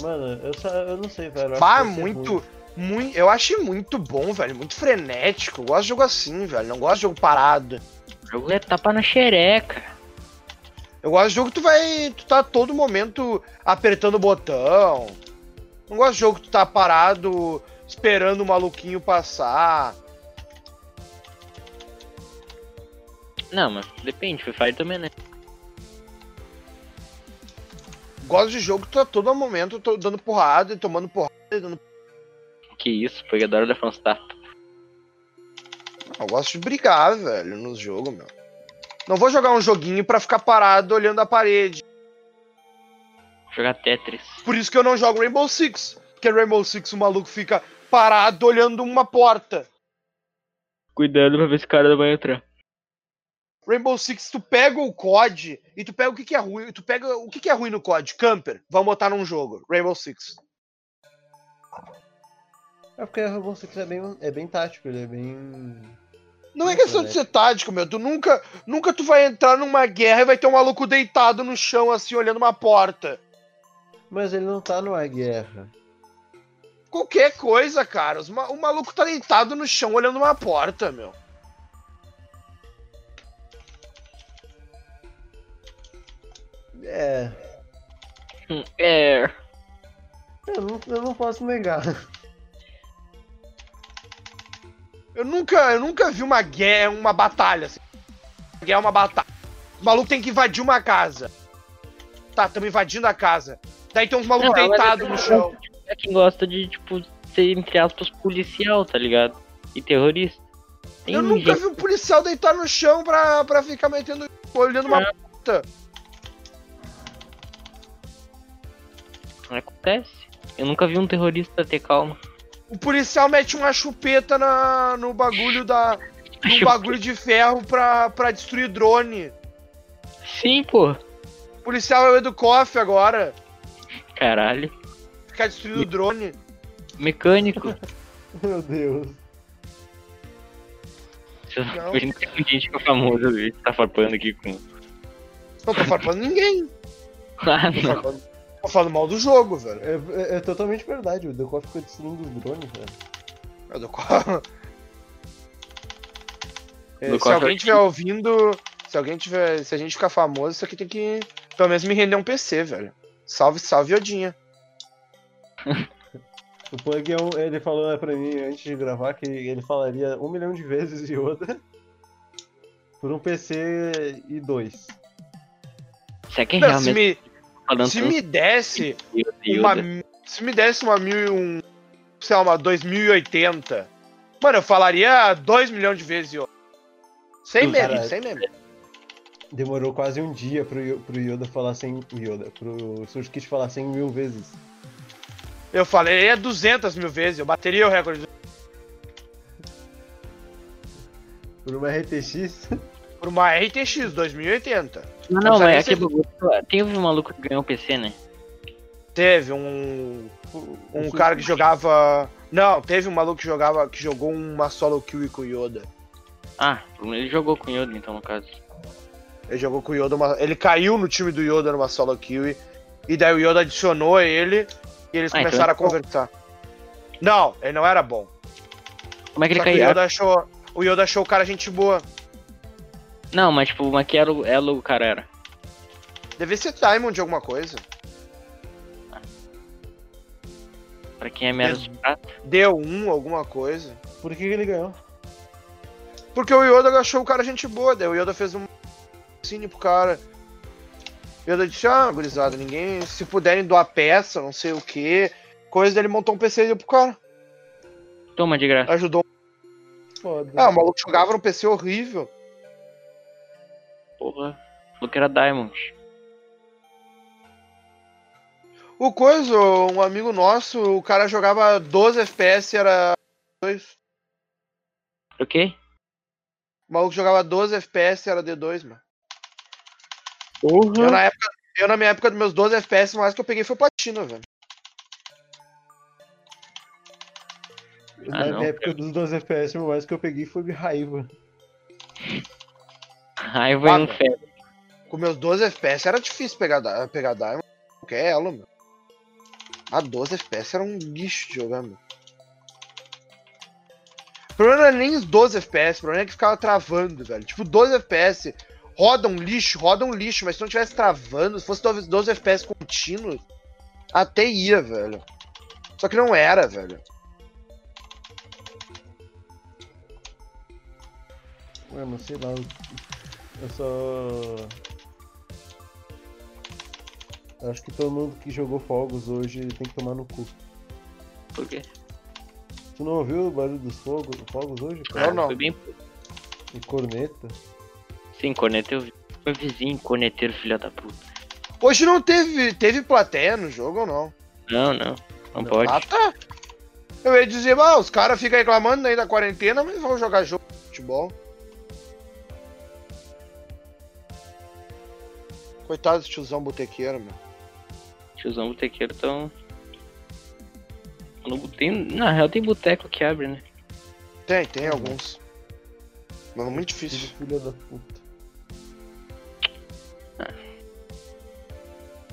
Mano, eu, só, eu não sei, velho. eu acho
Bah,
que vai ser
muito,
ruim.
muito. Eu achei muito bom, velho. Muito frenético. Eu gosto de jogo assim, velho. Não gosto de jogo parado.
O jogo é tapa na xereca.
Eu gosto de jogo que tu vai. Tu tá a todo momento apertando o botão. Não gosto de jogo que tu tá parado esperando o maluquinho passar.
Não, mas depende. Free Fire também, né?
Gosto de jogo que tu tá a todo momento to- dando porrada e tomando porrada e dando.
Que isso, foi da hora da França Tapa.
Eu gosto de brigar, velho, nos jogos, meu. Não vou jogar um joguinho pra ficar parado olhando a parede.
Jogar Tetris.
Por isso que eu não jogo Rainbow Six. Porque Rainbow Six o maluco fica parado olhando uma porta.
Cuidado pra ver se o cara vai entrar.
Rainbow Six, tu pega o COD e tu pega o que, que é ruim. Tu pega o que, que é ruim no COD? Camper. Vamos botar num jogo. Rainbow Six.
É porque o Rainbow Six é bem, é bem tático, ele é bem.
Não é
Muito
questão de
legal.
ser tático, meu. Tu nunca, nunca tu vai entrar numa guerra e vai ter um maluco deitado no chão, assim, olhando uma porta.
Mas ele não tá numa guerra.
Qualquer coisa, cara. Os ma- O maluco tá deitado no chão olhando uma porta, meu.
É.
É.
Eu não, eu não posso negar.
Eu nunca, eu nunca vi uma guerra, uma batalha, assim. Uma Guerra é uma batalha. O maluco tem que invadir uma casa. Tá, estamos invadindo a casa. Daí tem uns malucos
Não, mas
deitados
eu-
no chão.
É quem gosta de, tipo, ser, entre aspas, policial, tá ligado? E terrorista. Tem
eu nunca
gente-
vi um policial deitar no chão pra, pra ficar metendo. olhando uma
É. Acontece. Eu nunca vi um terrorista ter calma.
O policial mete uma chupeta na, no bagulho da. No
Chupeta.
Um bagulho de ferro pra, pra destruir drone.
Sim, pô.
O policial é o Educoff agora.
Caralho.
Ficar destruindo drone.
Mecânico.
Meu Deus.
Não.
Hoje não tem gente que é famoso, a gente tá farpando aqui com.
Não tô farpando ninguém.
Ah,
Tô
não.
farpando, tô falando mal do jogo, velho.
É, é- é totalmente verdade, o Decoff fica destruindo os né? drones, velho.
Educoff. É,
Educoff
se
é
alguém
o-
estiver ouvindo. Se alguém tiver. Se a gente ficar famoso, isso aqui tem que. Pelo menos me render um PC, velho. Salve, salve, Odinha.
O Pug, é um- ele falou pra mim antes de gravar que ele falaria um milhão de vezes Yoda por um PC e dois.
Será que é
Não, se
realmente
me,
falando
se
tanto
me desse.
de Yoda e
uma,
Yoda?
se me desse uma mil e um, sei lá, uma 2080, mano, eu falaria 2 milhões de vezes, Yoda. Sem
Hum,
meme,
caralho.
sem meme.
Demorou quase um dia pro, Yo- pro Yoda falar 100 Yoda, pro Surskit falar 100 mil vezes.
Eu falaria 200 mil vezes, eu bateria o recorde
Por uma RTX.
por uma RTX 2080.
Não, não,
Não,
mas
sabe
aquele bagulho. Tem um maluco que ganhou o PC, né?
Teve um,
o
um
Surskit-
cara que jogava. Não, teve um maluco que jogava, que jogou uma solo kill com o Yoda.
Ah, ele jogou com Yoda, então, no caso.
Ele jogou com o Yoda, uma- ele caiu no time do Yoda numa solo kill. E daí o Yoda adicionou ele e eles
Ah, então
começaram
ele
a conversar. Não, ele não era bom.
Como é que ele
Só que o
caiu?
Yoda achou. O Yoda achou o cara gente boa.
Não, mas tipo, mas que era o, ela o cara era.
Deve ser Diamond de alguma coisa.
Pra quem é mero é
É. Deu um, alguma coisa.
Por que que ele ganhou?
Porque o Yoda achou o cara gente boa, daí o Yoda fez um cine pro cara. O Yoda disse, ah, gurizada, ninguém. Se puderem doar peça, não sei o que. Coisa dele montou um PC pro cara.
Toma de graça.
Ajudou.
Foda.
Ah, o maluco jogava num PC horrível.
Porra. Falou que era Diamond.
O Coisa, um amigo nosso, o cara jogava 12 FPS e era. dois.
Ok?
O maluco jogava 12 FPS e era D2, mano. Eu
Porra.
na, época, eu, na minha época dos meus 12 FPS, o mais que eu peguei foi platina, velho.
Na
não.
época dos 12 FPS, o mais que eu peguei foi de raiva.
Raiva e um febre.
Com meus 12 FPS era difícil pegar, da- pegar Diamond. Qualquer elo, meu. Ah, A 12 FPS era um lixo de jogar, meu. O problema não era nem os 12 FPS, o problema é que ficava travando, velho. Tipo, 12 FPS roda um lixo, roda um lixo, mas se não tivesse travando, se fosse talvez 12 FPS contínuos, até ia, velho. Só que não era, velho.
Mano, sei lá. Eu eu só. Eu Acho que todo mundo que jogou fogos hoje tem que tomar no cu.
Por quê?
Tu não ouviu o barulho dos fogos, fogos hoje? cara?
Eu não.
Foi bem...
E corneta?
Sim, corneteiro. Foi vizinho, corneteiro, filha da puta.
Hoje não teve, teve plateia no jogo ou não?
Não, não. Não
Não.
pode.
Ah, tá. Eu ia dizer, ah, os caras ficam reclamando aí da quarentena, mas vão jogar jogo de futebol. Coitado desse tiozão botequeiro, meu.
Tiozão botequeiro tão. Não tem... Na real tem boteco que abre, né?
Tem, tem alguns. Mas é muito difícil.
Filha da puta.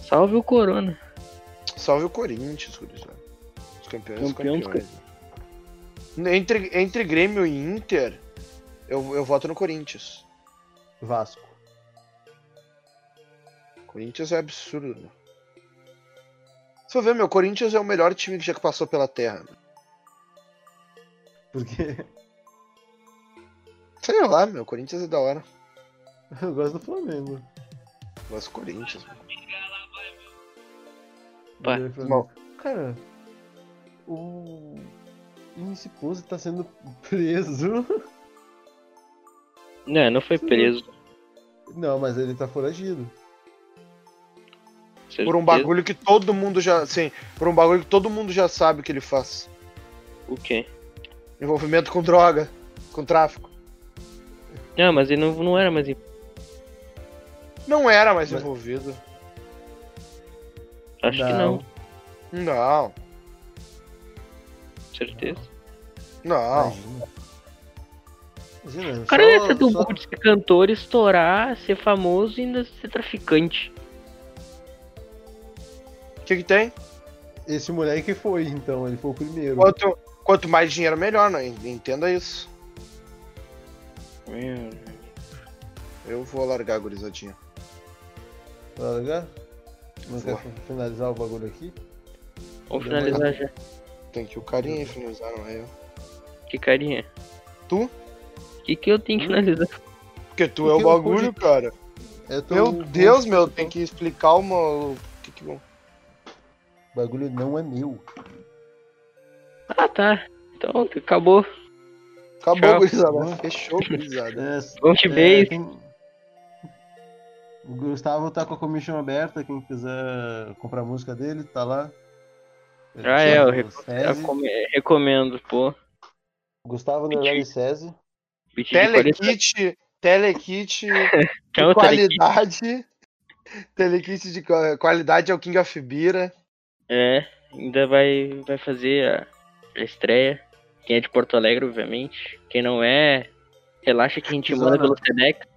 Salve o corona.
Salve o Corinthians, gurizada. Os campeões dos
Campeão
campeões.
dos
né? Entre, entre Grêmio e Inter, eu, eu voto no Corinthians.
Vasco.
Corinthians é absurdo, meu. Se for ver, meu, Corinthians é o melhor time que já passou pela Terra.
Porque
Sei lá, meu, Corinthians é da hora.
eu gosto do Flamengo.
Mas Corinthians, mano.
Vai.
Eu falei,
Bom.
é Cara, o Inici Pose tá sendo preso.
Não, não foi preso.
Não, mas ele tá foragido.
por um bagulho que todo mundo já, sim, por um bagulho que todo mundo já sabe que ele faz.
O quê?
Envolvimento com droga, com tráfico.
Não, mas ele não, não era mais.
Não era mais
Mas-
envolvido.
Acho que
Não.
não.
Não,
Certeza.
não.
Imagina. Imagina,
O cara ia
só-
ser do
só-
burro de ser cantor, estourar, ser famoso e ainda ser traficante.
O que que tem?
Esse moleque foi, então, ele foi o primeiro.
Quanto, quanto mais dinheiro, melhor, né? Entenda isso. Eu vou largar a gurizadinha.
Tá ligado? Mas
Boa.
quer finalizar o bagulho aqui?
Vamos finalizar já.
Tem que o
Uhum.
carinha aí finalizar, não é eu.
Que carinha.
Tu?
O que, que eu tenho
Hum?
que finalizar?
Porque tu é o
Porque eu
bagulho, cara.
É tu-
Meu Deus, meu, tem que explicar uma. o que que-
O bagulho não é meu.
Ah, tá. Então, acabou.
Acabou,
Tchau.
Uhum.
gurizada. Fechou, gurizada.
É,
Vamos de beijo.
quem- O Gustavo tá com a commission aberta, quem quiser comprar a música dele, tá lá.
Ah, é, eu rec-
Sesi,
Acome- Recomendo, pô.
Gustavo Nerlani Sesi.
Bicho de quarenta-
Telekit, telekit,
Tchau, Telekit.
qualidade. Telekit de qua- qualidade é o King of Bira.
É, ainda vai, vai fazer a, a estreia. Quem é de Porto Alegre, obviamente. Quem não é, relaxa que a gente manda
Zona.
pelo Sedex.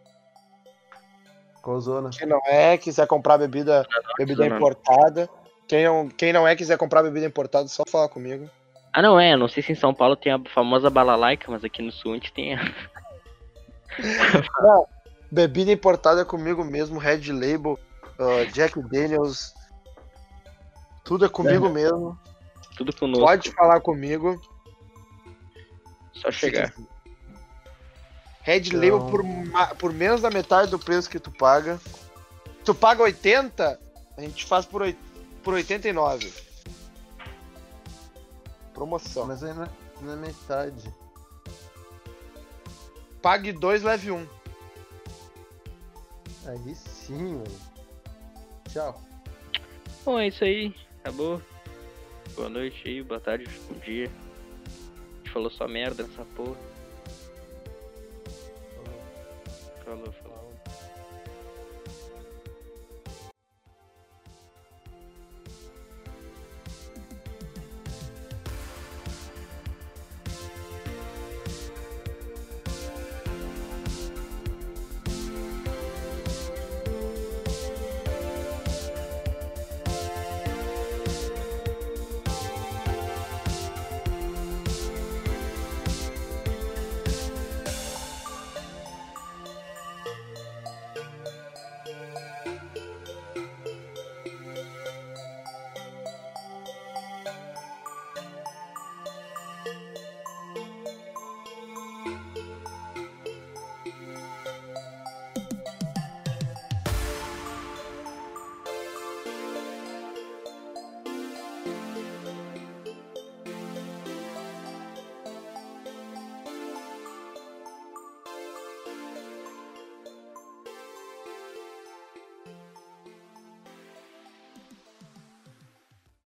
Qual zona?
Quem não é, quiser comprar bebida, bebida
não.
importada. Quem não, quem não é, quiser comprar bebida importada, só falar comigo.
Ah, não é, não sei se em São Paulo tem a famosa balalaica, mas aqui no Sul a gente tem a.
Bebida importada é comigo mesmo, Red Label, ah, Jack Daniels. Tudo é comigo mesmo.
Tudo conosco.
Pode falar comigo.
Só chegar.
Red Label por, ma- por menos da metade do preço que tu paga. Tu paga 80, a gente faz por, oit- por 89. Promoção.
Mas aí na, na é metade.
Pague 2, leve 1.
Aí sim, mano. Tchau.
Bom, é isso aí. Acabou. Boa noite aí, boa tarde, bom dia. A gente falou só merda nessa porra. Falou, falou.